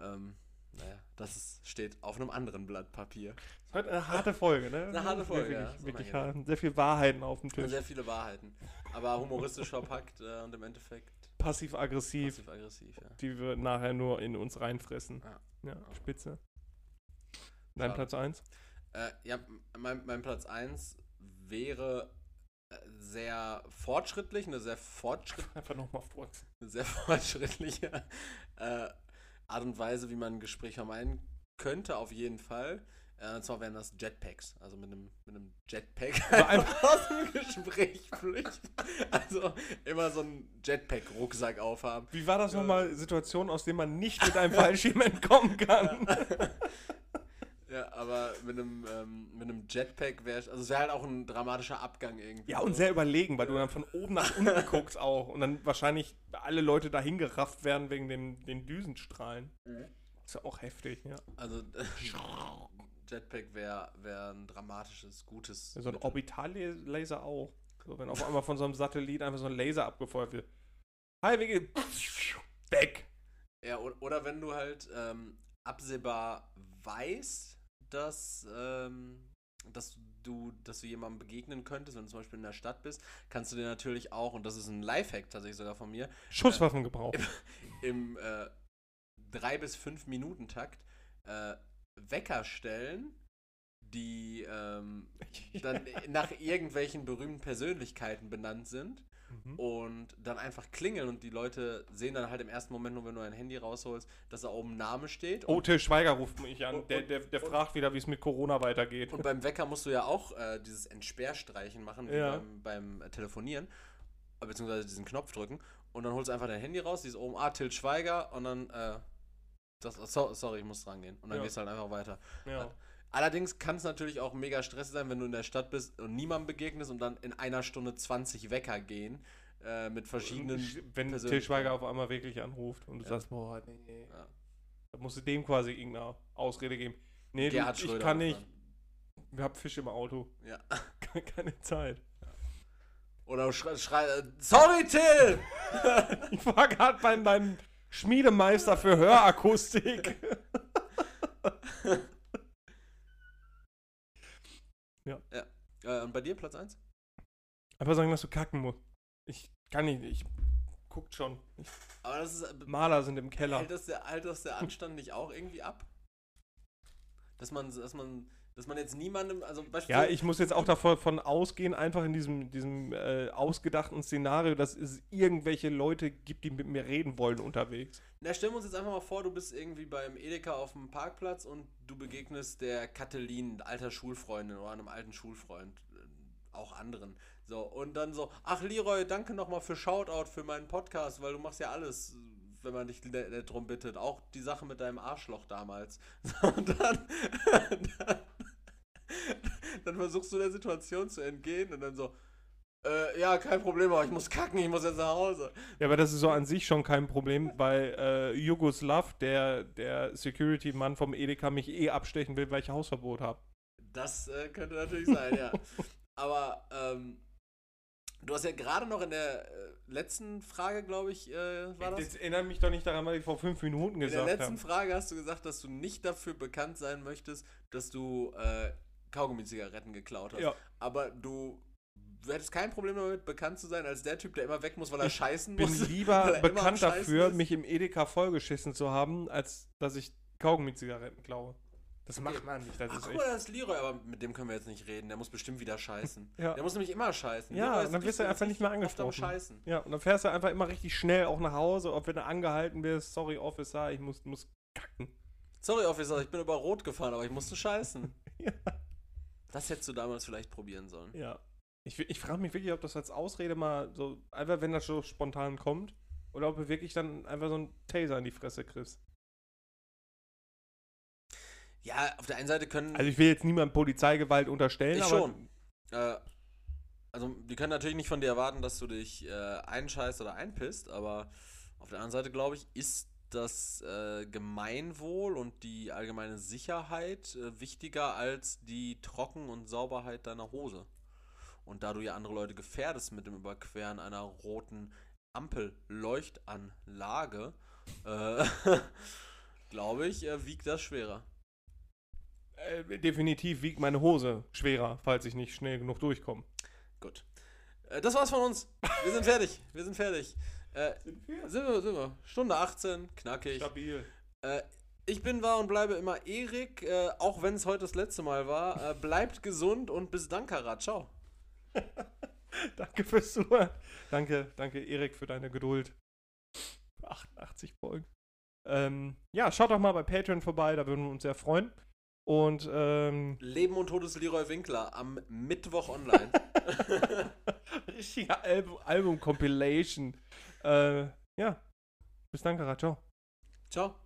ähm, naja, das ist, steht auf einem anderen Blatt
(laughs)
Papier.
Ist heute eine harte Folge, ne?
Eine harte Folge, ja.
Wirklich,
Ist
wirklich
unangenehm.
hart. Sehr viel Wahrheiten auf dem
Und
Tisch.
sehr viele Wahrheiten. Aber humoristisch verpackt äh, und im Endeffekt
Passiv-aggressiv.
passiv-aggressiv, ja.
die wir nachher nur in uns reinfressen.
Ja.
Ja, spitze. Dein
Schade.
Platz 1?
Äh, ja, m- mein, mein Platz 1 wäre äh, sehr fortschrittlich, eine sehr fortschritt
Einfach nochmal (laughs) furzen.
eine sehr (laughs) fortschrittliche äh, Art und Weise, wie man ein Gespräch vermeiden könnte, auf jeden Fall. Äh, und zwar wären das Jetpacks, also mit einem, mit einem Jetpack (laughs)
Aber
einfach aus dem Gespräch flüchten. Also immer so einen Jetpack-Rucksack aufhaben.
Wie war das nochmal? Situation, aus der man nicht mit einem Fallschirm entkommen kann.
Ja, aber mit einem, ähm, mit einem Jetpack wäre, also es wäre halt auch ein dramatischer Abgang irgendwie.
Ja, und sehr überlegen, weil du dann von oben nach unten guckst auch. Und dann wahrscheinlich alle Leute dahin gerafft werden wegen den, den Düsenstrahlen. Ist ja auch heftig, ja.
Also Jetpack wäre wär ein dramatisches, gutes.
So ein
Mittel.
Orbitallaser auch. So, wenn auf einmal von so einem Satellit einfach so ein Laser abgefeuert wird. Hi, wie geht's? Weg!
Ja, o- oder wenn du halt ähm, absehbar weißt, dass, ähm, dass du, dass du jemandem begegnen könntest, wenn du zum Beispiel in der Stadt bist, kannst du dir natürlich auch, und das ist ein Lifehack tatsächlich sogar von mir,
Schusswaffengebrauch.
im äh, 3- bis 5-Minuten-Takt äh, Wecker stellen die ähm, (laughs) dann nach irgendwelchen berühmten Persönlichkeiten benannt sind
Mhm.
und dann einfach klingeln und die Leute sehen dann halt im ersten Moment nur, wenn du ein Handy rausholst, dass da oben ein Name steht.
Oh, Till Schweiger ruft mich an.
Und-
Der, der, der
und-
fragt wieder, wie es mit Corona weitergeht.
Und beim Wecker musst du ja auch äh, dieses Entsperrstreichen machen, wie
Ja.
beim, beim äh, Telefonieren, äh, beziehungsweise diesen Knopf drücken. Und dann holst du einfach dein Handy raus, siehst oben, ah, Till Schweiger, und dann, äh, das, so, sorry, ich muss dran gehen. Und dann
Ja.
gehst du halt einfach weiter.
ja.
Allerdings kann es natürlich auch mega stressig sein, wenn du in der Stadt bist und niemandem begegnest und dann in einer Stunde 20 Wecker gehen äh, mit verschiedenen.
Wenn Till
persönlich-
Schweiger auf einmal wirklich anruft und du sagst, boah, nee, nee.
Ja.
Da musst du dem quasi irgendeine Ausrede geben. Nee, du,
Gerhard
ich
Schröder
kann
ruft
nicht.
an.
Ich hab Fisch im Auto.
Ja.
(laughs) Keine Zeit. (laughs)
Oder schrei, schrei äh, Sorry, Till!
Ich war gerade bei meinem Schmiedemeister für Hörakustik.
(laughs) äh, und bei dir Platz 1?
Aber sagen, dass du kacken musst. Ich kann nicht. Ich guckt schon.
Aber das ist. äh,
Maler sind im Keller.
Hält das, der, hält das der Anstand nicht auch irgendwie ab? Dass man, dass man, dass man jetzt niemandem, also
Ja,
beispielsweise.
ich muss jetzt auch davon ausgehen, einfach in diesem, diesem äh, ausgedachten Szenario, dass es irgendwelche Leute gibt, die mit mir reden wollen unterwegs.
Na, stellen wir uns jetzt einfach mal vor, du bist irgendwie beim Edeka auf dem Parkplatz und du begegnest der Kathleen, alter Schulfreundin oder einem alten Schulfreund, äh, auch anderen. So, und dann so, ach Leroy, danke nochmal für Shoutout für meinen Podcast, weil du machst ja alles, äh, wenn man dich nett nett drum bittet. Auch die Sache mit deinem Arschloch damals. (laughs) So, und dann, (laughs) dann, dann versuchst du der Situation zu entgehen und dann so, äh, ja, kein Problem, aber ich muss kacken, ich muss jetzt nach Hause.
Ja, aber das ist so an sich schon kein Problem, weil äh, Jugoslav, der, der Security-Mann vom Edeka, mich eh abstechen will, weil ich Hausverbot habe.
Das äh, könnte natürlich sein,
(laughs)
ja. Aber ähm, du hast ja gerade noch in der äh, letzten Frage, glaube ich, äh, war das?
Jetzt erinnere mich doch nicht daran, was ich vor fünf Minuten
In der
gesagt
letzten
habe.
Frage hast du gesagt, dass du nicht dafür bekannt sein möchtest, dass du äh, Kaugummi-Zigaretten geklaut hast. (laughs)
Ja.
Aber du hättest kein Problem damit, bekannt zu sein, als der Typ, der immer weg muss, weil er scheißen
bin
muss. (laughs) weil
lieber
er immer am
bekannt
Scheißen
dafür,
ist.
mich im Edeka vollgeschissen zu haben, als dass ich Kaugummi-Zigaretten klaue. Das macht man nicht, das
Ach,
ist
guck
echt.
mal, das ist Leroy, aber mit dem können wir jetzt nicht reden. Der muss bestimmt wieder scheißen.
Ja.
Der muss nämlich immer scheißen.
Ja,
Leroy ist
dann wirst du
richtig-
einfach nicht mehr
oft am
angesprochen.
Scheißen.
Ja, und dann fährst du einfach immer richtig schnell auch nach Hause, ob wenn du angehalten wirst, sorry, Officer, ich muss, muss kacken.
Sorry, Officer, ich bin über Rot gefahren, aber ich musste scheißen.
Ja.
Das hättest du damals vielleicht probieren sollen.
Ja. Ich, ich frage mich wirklich, ob das als Ausrede mal so, einfach wenn das so spontan kommt, oder ob du wirklich dann einfach so einen Taser in die Fresse kriegst.
Ja, auf der einen Seite können.
Also ich will jetzt niemandem Polizeigewalt unterstellen,
Ich
aber
schon. äh, also, die können natürlich nicht von dir erwarten, dass du dich äh, einscheißt oder einpisst, aber auf der anderen Seite, glaube ich, ist das äh, Gemeinwohl und die allgemeine Sicherheit äh, wichtiger als die Trocken- und Sauberheit deiner Hose. Und da du ja andere Leute gefährdest mit dem Überqueren einer roten Ampelleuchtanlage, äh, (laughs) glaube ich, äh, wiegt das schwerer.
äh, definitiv wiegt meine Hose schwerer, falls ich nicht schnell genug durchkomme.
Gut. Äh, das war's von uns. Wir sind fertig. Wir sind fertig. Äh, sind wir, sind wir. Stunde 18, knackig.
Stabil.
Äh, ich bin war und bleibe immer Erik, äh, auch wenn es heute das letzte Mal war. Äh, bleibt gesund und bis dann, Karat. Ciao.
Danke fürs Zuhören. Danke, danke Erik für deine Geduld. 88 Folgen. Ähm, ja, schaut doch mal bei Patreon vorbei, da würden wir uns sehr freuen. Und
(laughs)
ähm,
Leben und Todes Leroy Winkler am Mittwoch online.
richtige Album- Album-Compilation. Äh, ja, bis dann, Karat. Ciao.
Ciao.